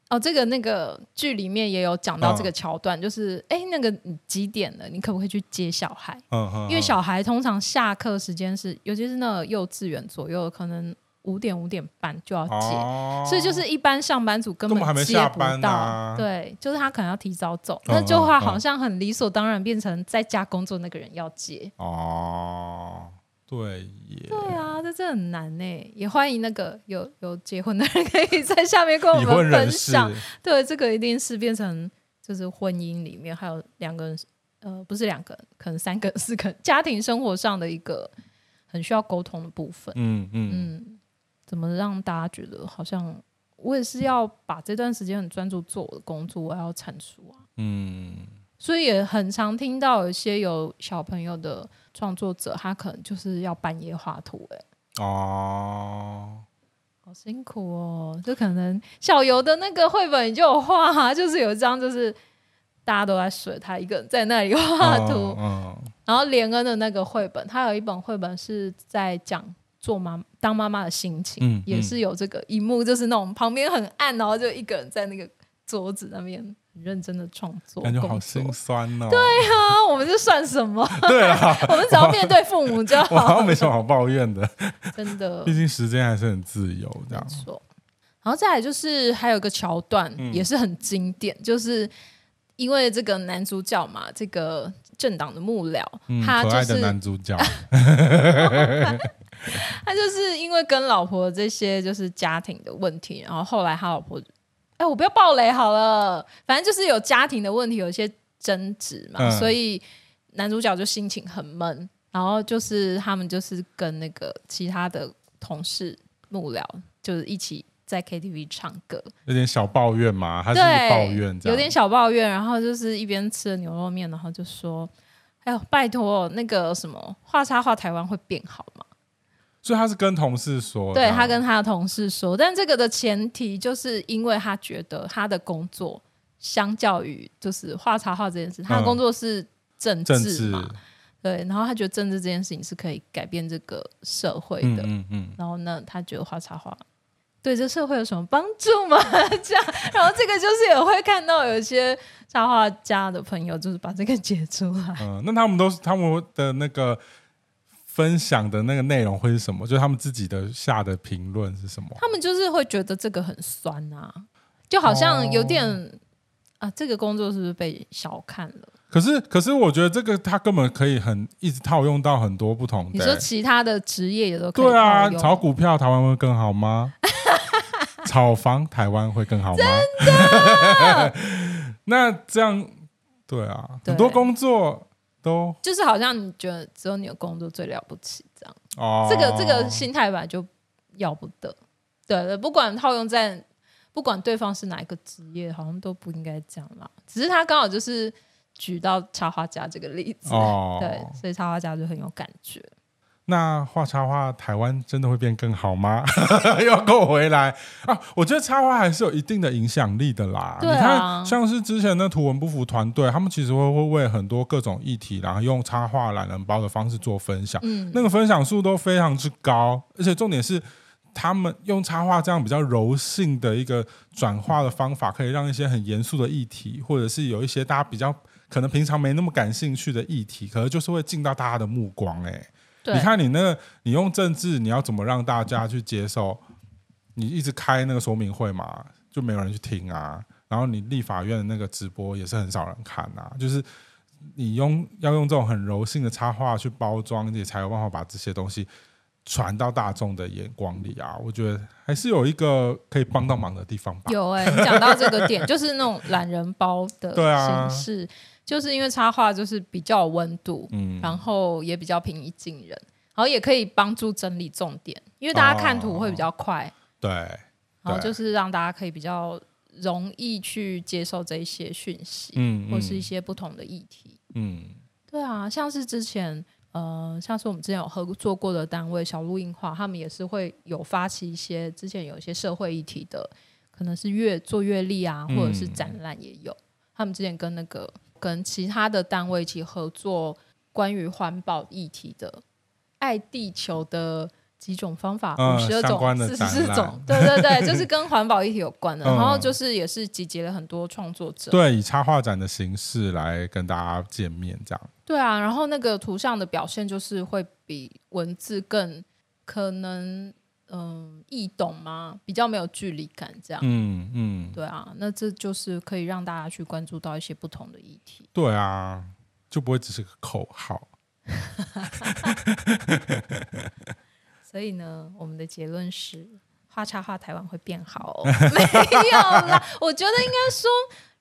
Speaker 1: 哦，这个那个剧里面也有讲到这
Speaker 2: 嗯
Speaker 1: 个桥段，就是哎，那个你几点了？你可不可以去接小孩？
Speaker 2: 嗯哼，
Speaker 1: 因为小孩通常下课时间是，尤其是那个幼稚园左右，可能五点五点半就要
Speaker 2: 嗯
Speaker 1: 接。
Speaker 2: 哦，
Speaker 1: 所以就是一般上班族根
Speaker 2: 根本还没
Speaker 1: 接
Speaker 2: 下
Speaker 1: 不
Speaker 2: 班
Speaker 1: 到，
Speaker 2: 啊
Speaker 1: 对，就是他可能要提早走，
Speaker 2: 嗯
Speaker 1: 那就话
Speaker 2: 嗯嗯
Speaker 1: 好像很理所当然变成在家工作那个人要接，
Speaker 2: 哦，对耶，
Speaker 1: 对啊，这真的很难呢、也欢迎那个有有结婚的人可以在下面跟我
Speaker 2: 已婚
Speaker 1: 们分
Speaker 2: 人士
Speaker 1: 享。对，这个一定是变成就是婚姻里面还有两个人，呃，不是两个人，可能三个人、四个人，家庭生活上的一个很需要沟通的部分。
Speaker 2: 嗯嗯，
Speaker 1: 嗯，怎么让大家觉得好像我也是要把这段时间很专注做我的工作，我要产出啊。
Speaker 2: 嗯
Speaker 1: 所以也很常听到有一些有小朋友的创作者，他可能就是要半夜画图、欸，
Speaker 2: 嗯哦。
Speaker 1: 好辛苦哦，就可能小游的那个绘本就有画、就是有一张就是大家都在睡，他一个人在那里画图。
Speaker 2: 嗯，嗯
Speaker 1: 然后连恩的那个绘本，他有一本绘本是在讲做妈当妈妈的心情，
Speaker 2: 嗯
Speaker 1: 也是有这个一幕，就是那种旁边很暗，然后就一个人在那个桌子那边很认真的创作，
Speaker 2: 感觉好
Speaker 1: 工作
Speaker 2: 心酸哦。 对
Speaker 1: 啊！我们这算什么？
Speaker 2: 对啊，
Speaker 1: 我们只要面对父母就
Speaker 2: 我好
Speaker 1: 好
Speaker 2: 像没
Speaker 1: 了，
Speaker 2: 什么好抱怨的，
Speaker 1: 真的
Speaker 2: 毕。竟时间还是很自由
Speaker 1: 没
Speaker 2: 这样。
Speaker 1: 错。然后再来就是还有一个桥段、
Speaker 2: 嗯
Speaker 1: 也是很经典，就是因为这个男主角嘛，这个政党的幕僚，
Speaker 2: 嗯，
Speaker 1: 他
Speaker 2: 可
Speaker 1: 就
Speaker 2: 爱的
Speaker 1: 是
Speaker 2: 男 主角，
Speaker 1: 他就是因为跟老婆这些就是家庭的问题，然后后来他老婆，哎，我不要暴雷好了，反正就是有家庭的问题，有一些争执嘛，
Speaker 2: 嗯
Speaker 1: 所以男主角就心情很闷，然后就是他们就是跟那个其他的同事幕僚就是一起在 KTV 唱歌，
Speaker 2: 有点小抱怨嘛，他是
Speaker 1: 对，
Speaker 2: 抱怨这样，
Speaker 1: 有点小抱怨，然后就是一边吃着牛肉面，然后就说。哎呦，拜托，那个什么画插画台湾会变好吗？
Speaker 2: 所以他是跟同事说这
Speaker 1: 对
Speaker 2: 样，
Speaker 1: 他跟他的同事说，但这个的前提就是因为他觉得他的工作相较于就是画插画这件事，他的工作是政
Speaker 2: 嗯政
Speaker 1: 治
Speaker 2: 治，
Speaker 1: 嘛，对，然后他觉得政治这件事情是可以改变这个社会
Speaker 2: 嗯
Speaker 1: 的，
Speaker 2: 嗯嗯，
Speaker 1: 然后呢，他觉得画插画。对这社会有什么帮助吗？ 这样，然后这个就是也会看到有一些插画家的朋友，就是把这个解出来。
Speaker 2: 嗯，那他们都是他们的那个分享的那个内容会是什么？就是他们自己的下的评论是什么？
Speaker 1: 他们就是会觉得这个很酸啊，就好像有点、
Speaker 2: 哦
Speaker 1: 啊，这个工作是不是被小看了？
Speaker 2: 可是可是我觉得这个他根本可以很一直套用到很多不同
Speaker 1: 你
Speaker 2: 的、
Speaker 1: 说其他的职业也都可以
Speaker 2: 对啊，
Speaker 1: 套用
Speaker 2: 炒股票台湾会更 好吗？炒房台湾会更好吗？ 那这样对啊，
Speaker 1: 对
Speaker 2: 很多工作都
Speaker 1: 就是好像你觉得只有你的工作最了不起这样，
Speaker 2: 哦，
Speaker 1: 这个这个心态本来就要不得。对了，不管套用在不管对方是哪一个职业，好像都不应该这样啦。只是他刚好就是举到插画家这个例子，
Speaker 2: 哦，
Speaker 1: 对，所以插画家就很有感觉。
Speaker 2: 那画插画，台湾真的会变更好吗？ 又要够回来啊！我觉得插画还是有一定的影响力的啦。
Speaker 1: 对啊
Speaker 2: 你看，像是之前那图文不符团队，他们其实会会为很多各种议题，然后用插画懒人包的方式做分享，
Speaker 1: 嗯，
Speaker 2: 那个分享数都非常之高，而且重点是。他们用插画这样比较柔性的一个转化的方法，可以让一些很严肃的议题，或者是有一些大家比较可能平常没那么感兴趣的议题，可能就是会进到大家的目光、欸。
Speaker 1: 对，
Speaker 2: 你看你那个，你用政治，你要怎么让大家去接受？你一直开那个说明会嘛，就没有人去听啊。然后你立法院的那个直播也是很少人看啊。就是你用要用这种很柔性的插画去包装，你才有办法把这些东西传到大众的眼光里啊。我觉得还是有一个可以帮到忙的地方吧。
Speaker 1: 有哎、你讲到这个点，就是那种懒人包的
Speaker 2: 对啊
Speaker 1: 形式，就是因为插画就是比较有温度，
Speaker 2: 嗯，
Speaker 1: 然后也比较平易近人，然后也可以帮助整理重点，因为大家看图会比较快，
Speaker 2: 对，
Speaker 1: 然后
Speaker 2: 对
Speaker 1: 就是让大家可以比较容易去接受这一些讯息，
Speaker 2: 嗯，
Speaker 1: 或是一些不同的议题。
Speaker 2: 嗯
Speaker 1: 对啊，像是之前。呃，像是我们之前有合作过的单位小鹿映画，他们也是会有发起一些之前有一些社会议题的，可能是阅做阅历啊，
Speaker 2: 嗯
Speaker 1: 或者是展览也有。他们之前跟那个跟其他的单位一起合作关于环保议题的爱地球的几种方法，
Speaker 2: 嗯
Speaker 1: 五十二
Speaker 2: 相关
Speaker 1: 种、
Speaker 2: 的
Speaker 1: 四十
Speaker 2: 展
Speaker 1: 四
Speaker 2: 览
Speaker 1: 种，对对对，就是跟环保议题有 关的。
Speaker 2: 嗯
Speaker 1: 然后就是也是集结了很多创作者，
Speaker 2: 对，以插画展的形式来跟大家见面，这样
Speaker 1: 对啊，然后那个图像的表现就是会比文字更可能嗯易懂吗？比较没有距离感这样。
Speaker 2: 嗯嗯。
Speaker 1: 对啊，那这就是可以让大家去关注到一些不同的议题。
Speaker 2: 对啊，就不会只是个口号。
Speaker 1: 所以呢，我们的结论是，画插画台湾会变好、 哦。没有啦，我觉得应该说，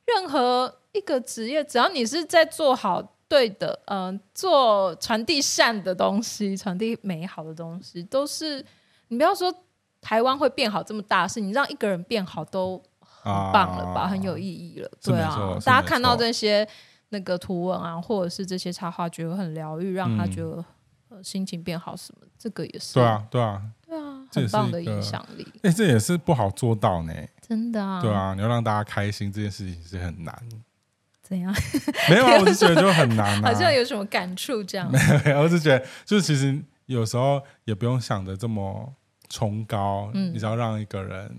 Speaker 1: 任何一个职业，只要你是在做好对的，嗯、做传递善的东西，传递美好的东西，都是你不要说台湾会变好这么大的事，你让一个人变好都很棒了吧，
Speaker 2: 啊
Speaker 1: 很有意义了。
Speaker 2: 是
Speaker 1: 对
Speaker 2: 没错
Speaker 1: 啊，
Speaker 2: 是
Speaker 1: 大家
Speaker 2: 没
Speaker 1: 看到
Speaker 2: 错
Speaker 1: 这些那个图文啊，或者是这些插画，觉得很疗愈，让他
Speaker 2: 嗯
Speaker 1: 觉得、呃心情变好什么，这个也是
Speaker 2: 对，啊，对啊，
Speaker 1: 对啊，
Speaker 2: 这也
Speaker 1: 很
Speaker 2: 是
Speaker 1: 棒
Speaker 2: 一
Speaker 1: 的
Speaker 2: 个
Speaker 1: 影响力，
Speaker 2: 哎、这也是不好做到呢。
Speaker 1: 真的啊，
Speaker 2: 对，啊，你要让大家开心这件事情是很难。
Speaker 1: 怎样？
Speaker 2: 没有啊，我就觉得就很难啊。
Speaker 1: 好像有什么感触这样？
Speaker 2: 对，我就觉得，就是其实有时候也不用想的这么崇高，
Speaker 1: 嗯
Speaker 2: 你只要让一个人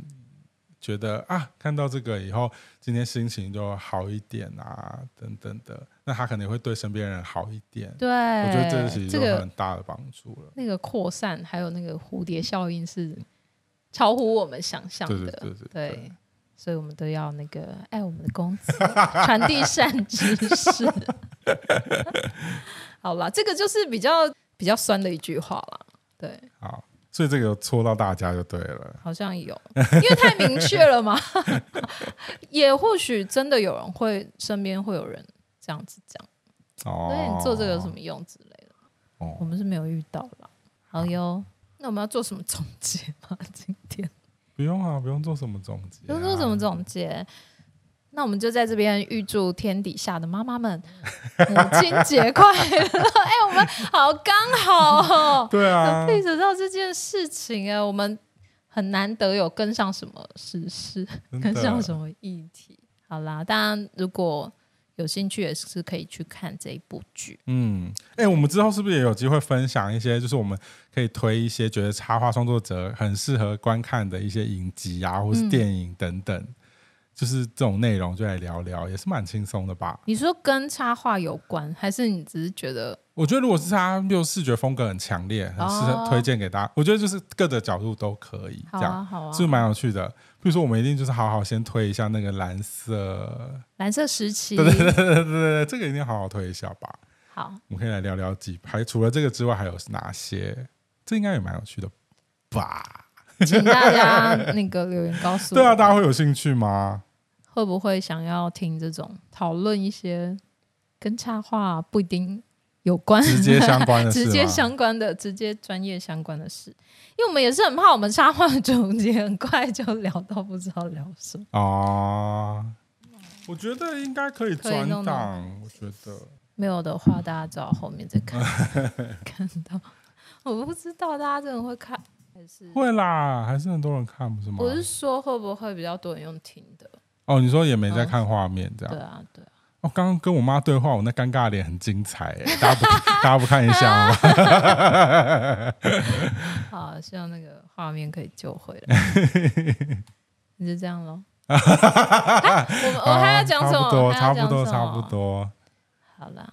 Speaker 2: 觉得啊，看到这个以后，今天心情就好一点啊，等等的，那他肯定会对身边人好一点。
Speaker 1: 对，
Speaker 2: 我
Speaker 1: 我
Speaker 2: 觉得这其实
Speaker 1: 这
Speaker 2: 有
Speaker 1: 个
Speaker 2: 很大的帮助了。
Speaker 1: 那个扩散还有那个蝴蝶效应是超乎我们想象的，
Speaker 2: 对对对对对
Speaker 1: 所以我们都要那个爱我们的公子， 传递善知识。 好啦，这个就是比较比较酸的一句话啦。对，
Speaker 2: 好，所以这个有戳到大家就对了。
Speaker 1: 好像 有，因为太明确了嘛。 也或许真的有人会，身边会有人这样子讲，
Speaker 2: 哦，
Speaker 1: 所以你做这个有什么用之类的，我
Speaker 2: 哦，啊
Speaker 1: 们是没有遇到啦。好哟，那我们要做什么总结吗？今天？
Speaker 2: 不用啊，不用做什么总结、啊，，
Speaker 1: 都说什么总结？那我们就在这边预祝天底下的妈妈们母亲节快乐！哎、我们好刚好哦
Speaker 2: 对啊
Speaker 1: 有，配合到这件事情哎，我们很难得有跟上什么时事，
Speaker 2: 真的
Speaker 1: 跟上什么议题。好啦，当然如果有兴趣也是可以去看这一部剧。
Speaker 2: 嗯，哎、我们之后是不是也有机会分享一些，就是我们可以推一些觉得插画创作者很适合观看的一些影集啊，或是电影等等，
Speaker 1: 嗯
Speaker 2: 就是这种内容就来聊聊，也是蛮轻松的吧？
Speaker 1: 你说跟插画有关，还是你只是觉得
Speaker 2: 我觉得如果是他又视觉风格很强烈，很适合
Speaker 1: 哦
Speaker 2: 推荐给大家。我觉得就是各个角度都可以，
Speaker 1: 好
Speaker 2: 这样、
Speaker 1: 啊好啊？
Speaker 2: 是蛮有趣的。比如说，我们一定就是好好先推一下那个蓝色，
Speaker 1: 蓝色时期，
Speaker 2: 对对对对对对，这个一定要好好推一下吧。
Speaker 1: 好。
Speaker 2: 我们可以来聊聊几，还除了这个之外，还有哪些？这应该也蛮有趣的吧？
Speaker 1: 请大家那个留言告诉我，
Speaker 2: 对啊，大家会有兴趣吗？
Speaker 1: 会不会想要听这种讨论一些跟插画不一定有关、
Speaker 2: 直接相关的事吗，
Speaker 1: 直接相关的、直接专业相关的事？因为我们也是很怕我们插画总结很快就聊到不知道聊什么。
Speaker 2: 哦。我觉得应该可以
Speaker 1: 可以
Speaker 2: 转
Speaker 1: 弄弄
Speaker 2: 档，我觉得
Speaker 1: 没有的话，大家只好后面再 看看到。我不知道大家真的会看，
Speaker 2: 会啦，还是很多人看，不是吗？
Speaker 1: 我是说会不会比较多人用听的？
Speaker 2: 哦，你说也没在看画面这
Speaker 1: 嗯
Speaker 2: 样
Speaker 1: 对。啊，对啊。
Speaker 2: 哦，刚刚跟我妈对话，我那尴尬脸很精彩耶，大家不大家不看一 下吗？
Speaker 1: 好，希望那个画面可以救回 来。你就这样喽。啊我们我还要讲什
Speaker 2: 差
Speaker 1: 么？
Speaker 2: 不多，
Speaker 1: 还要
Speaker 2: 差
Speaker 1: 讲
Speaker 2: 不多，
Speaker 1: 什
Speaker 2: 差不
Speaker 1: 么。
Speaker 2: 多。
Speaker 1: 好啦，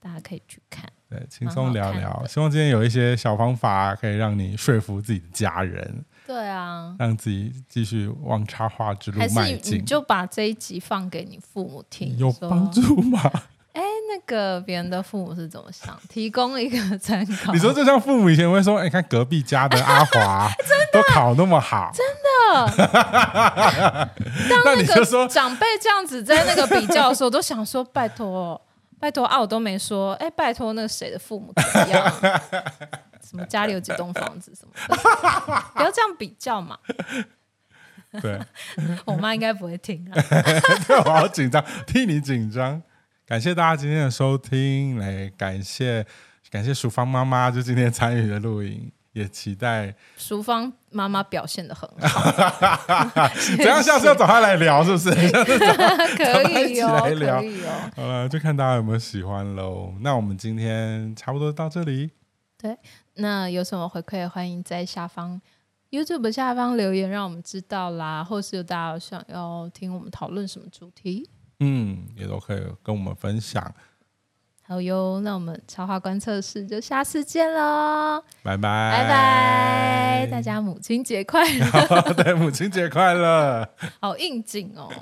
Speaker 1: 大家可以去看。
Speaker 2: 对，轻松聊
Speaker 1: 蛮好看
Speaker 2: 聊。
Speaker 1: 的
Speaker 2: 希望今天有一些小方法可以让你说服自己的家人，
Speaker 1: 对啊，
Speaker 2: 让自己继续往插画之路
Speaker 1: 还是
Speaker 2: 迈
Speaker 1: 你你
Speaker 2: 进。
Speaker 1: 就把这一集放给你父母听，
Speaker 2: 有
Speaker 1: 说哎
Speaker 2: 帮。助吗？
Speaker 1: 那个别人的父母是怎么想，提供一个参考。
Speaker 2: 你说就像父母以前会说：“哎，看隔壁家的阿 华都考那么好。”
Speaker 1: 当
Speaker 2: 那
Speaker 1: 那
Speaker 2: 你就说
Speaker 1: 个长辈这样子在那个比较的时候，都想说拜托，拜托啊，我都没说，哎、拜托那个谁的父母怎么样？什么家里有几栋房子什么的， 不要这样比较嘛。
Speaker 2: 对，
Speaker 1: 我妈应该不会听啊。
Speaker 2: 对我好紧张，替你紧张。感谢大家今天的收听，来感谢感谢淑芳妈妈，就今天参与的录影，也 期待
Speaker 1: 淑芳妈妈表现的很 好，
Speaker 2: 怎样下次要找她来聊，是不是？
Speaker 1: 可以
Speaker 2: 咱
Speaker 1: 哦，
Speaker 2: 们一起来聊
Speaker 1: 可以哦。
Speaker 2: 好了，就看大家有没有喜欢喽。那我们今天差不多到这里，
Speaker 1: 那有什么回馈，欢迎在下方 YouTube 下方留言，让我们知道啦。或是有大家有想要听我们讨论什么主题，
Speaker 2: 嗯，也都可以跟我们分享。
Speaker 1: 好哟，那我们超话观测室就下次见喽，
Speaker 2: 拜拜，
Speaker 1: 拜 拜，大家母亲节快乐，
Speaker 2: 家对母亲节快乐。
Speaker 1: 好应景哦。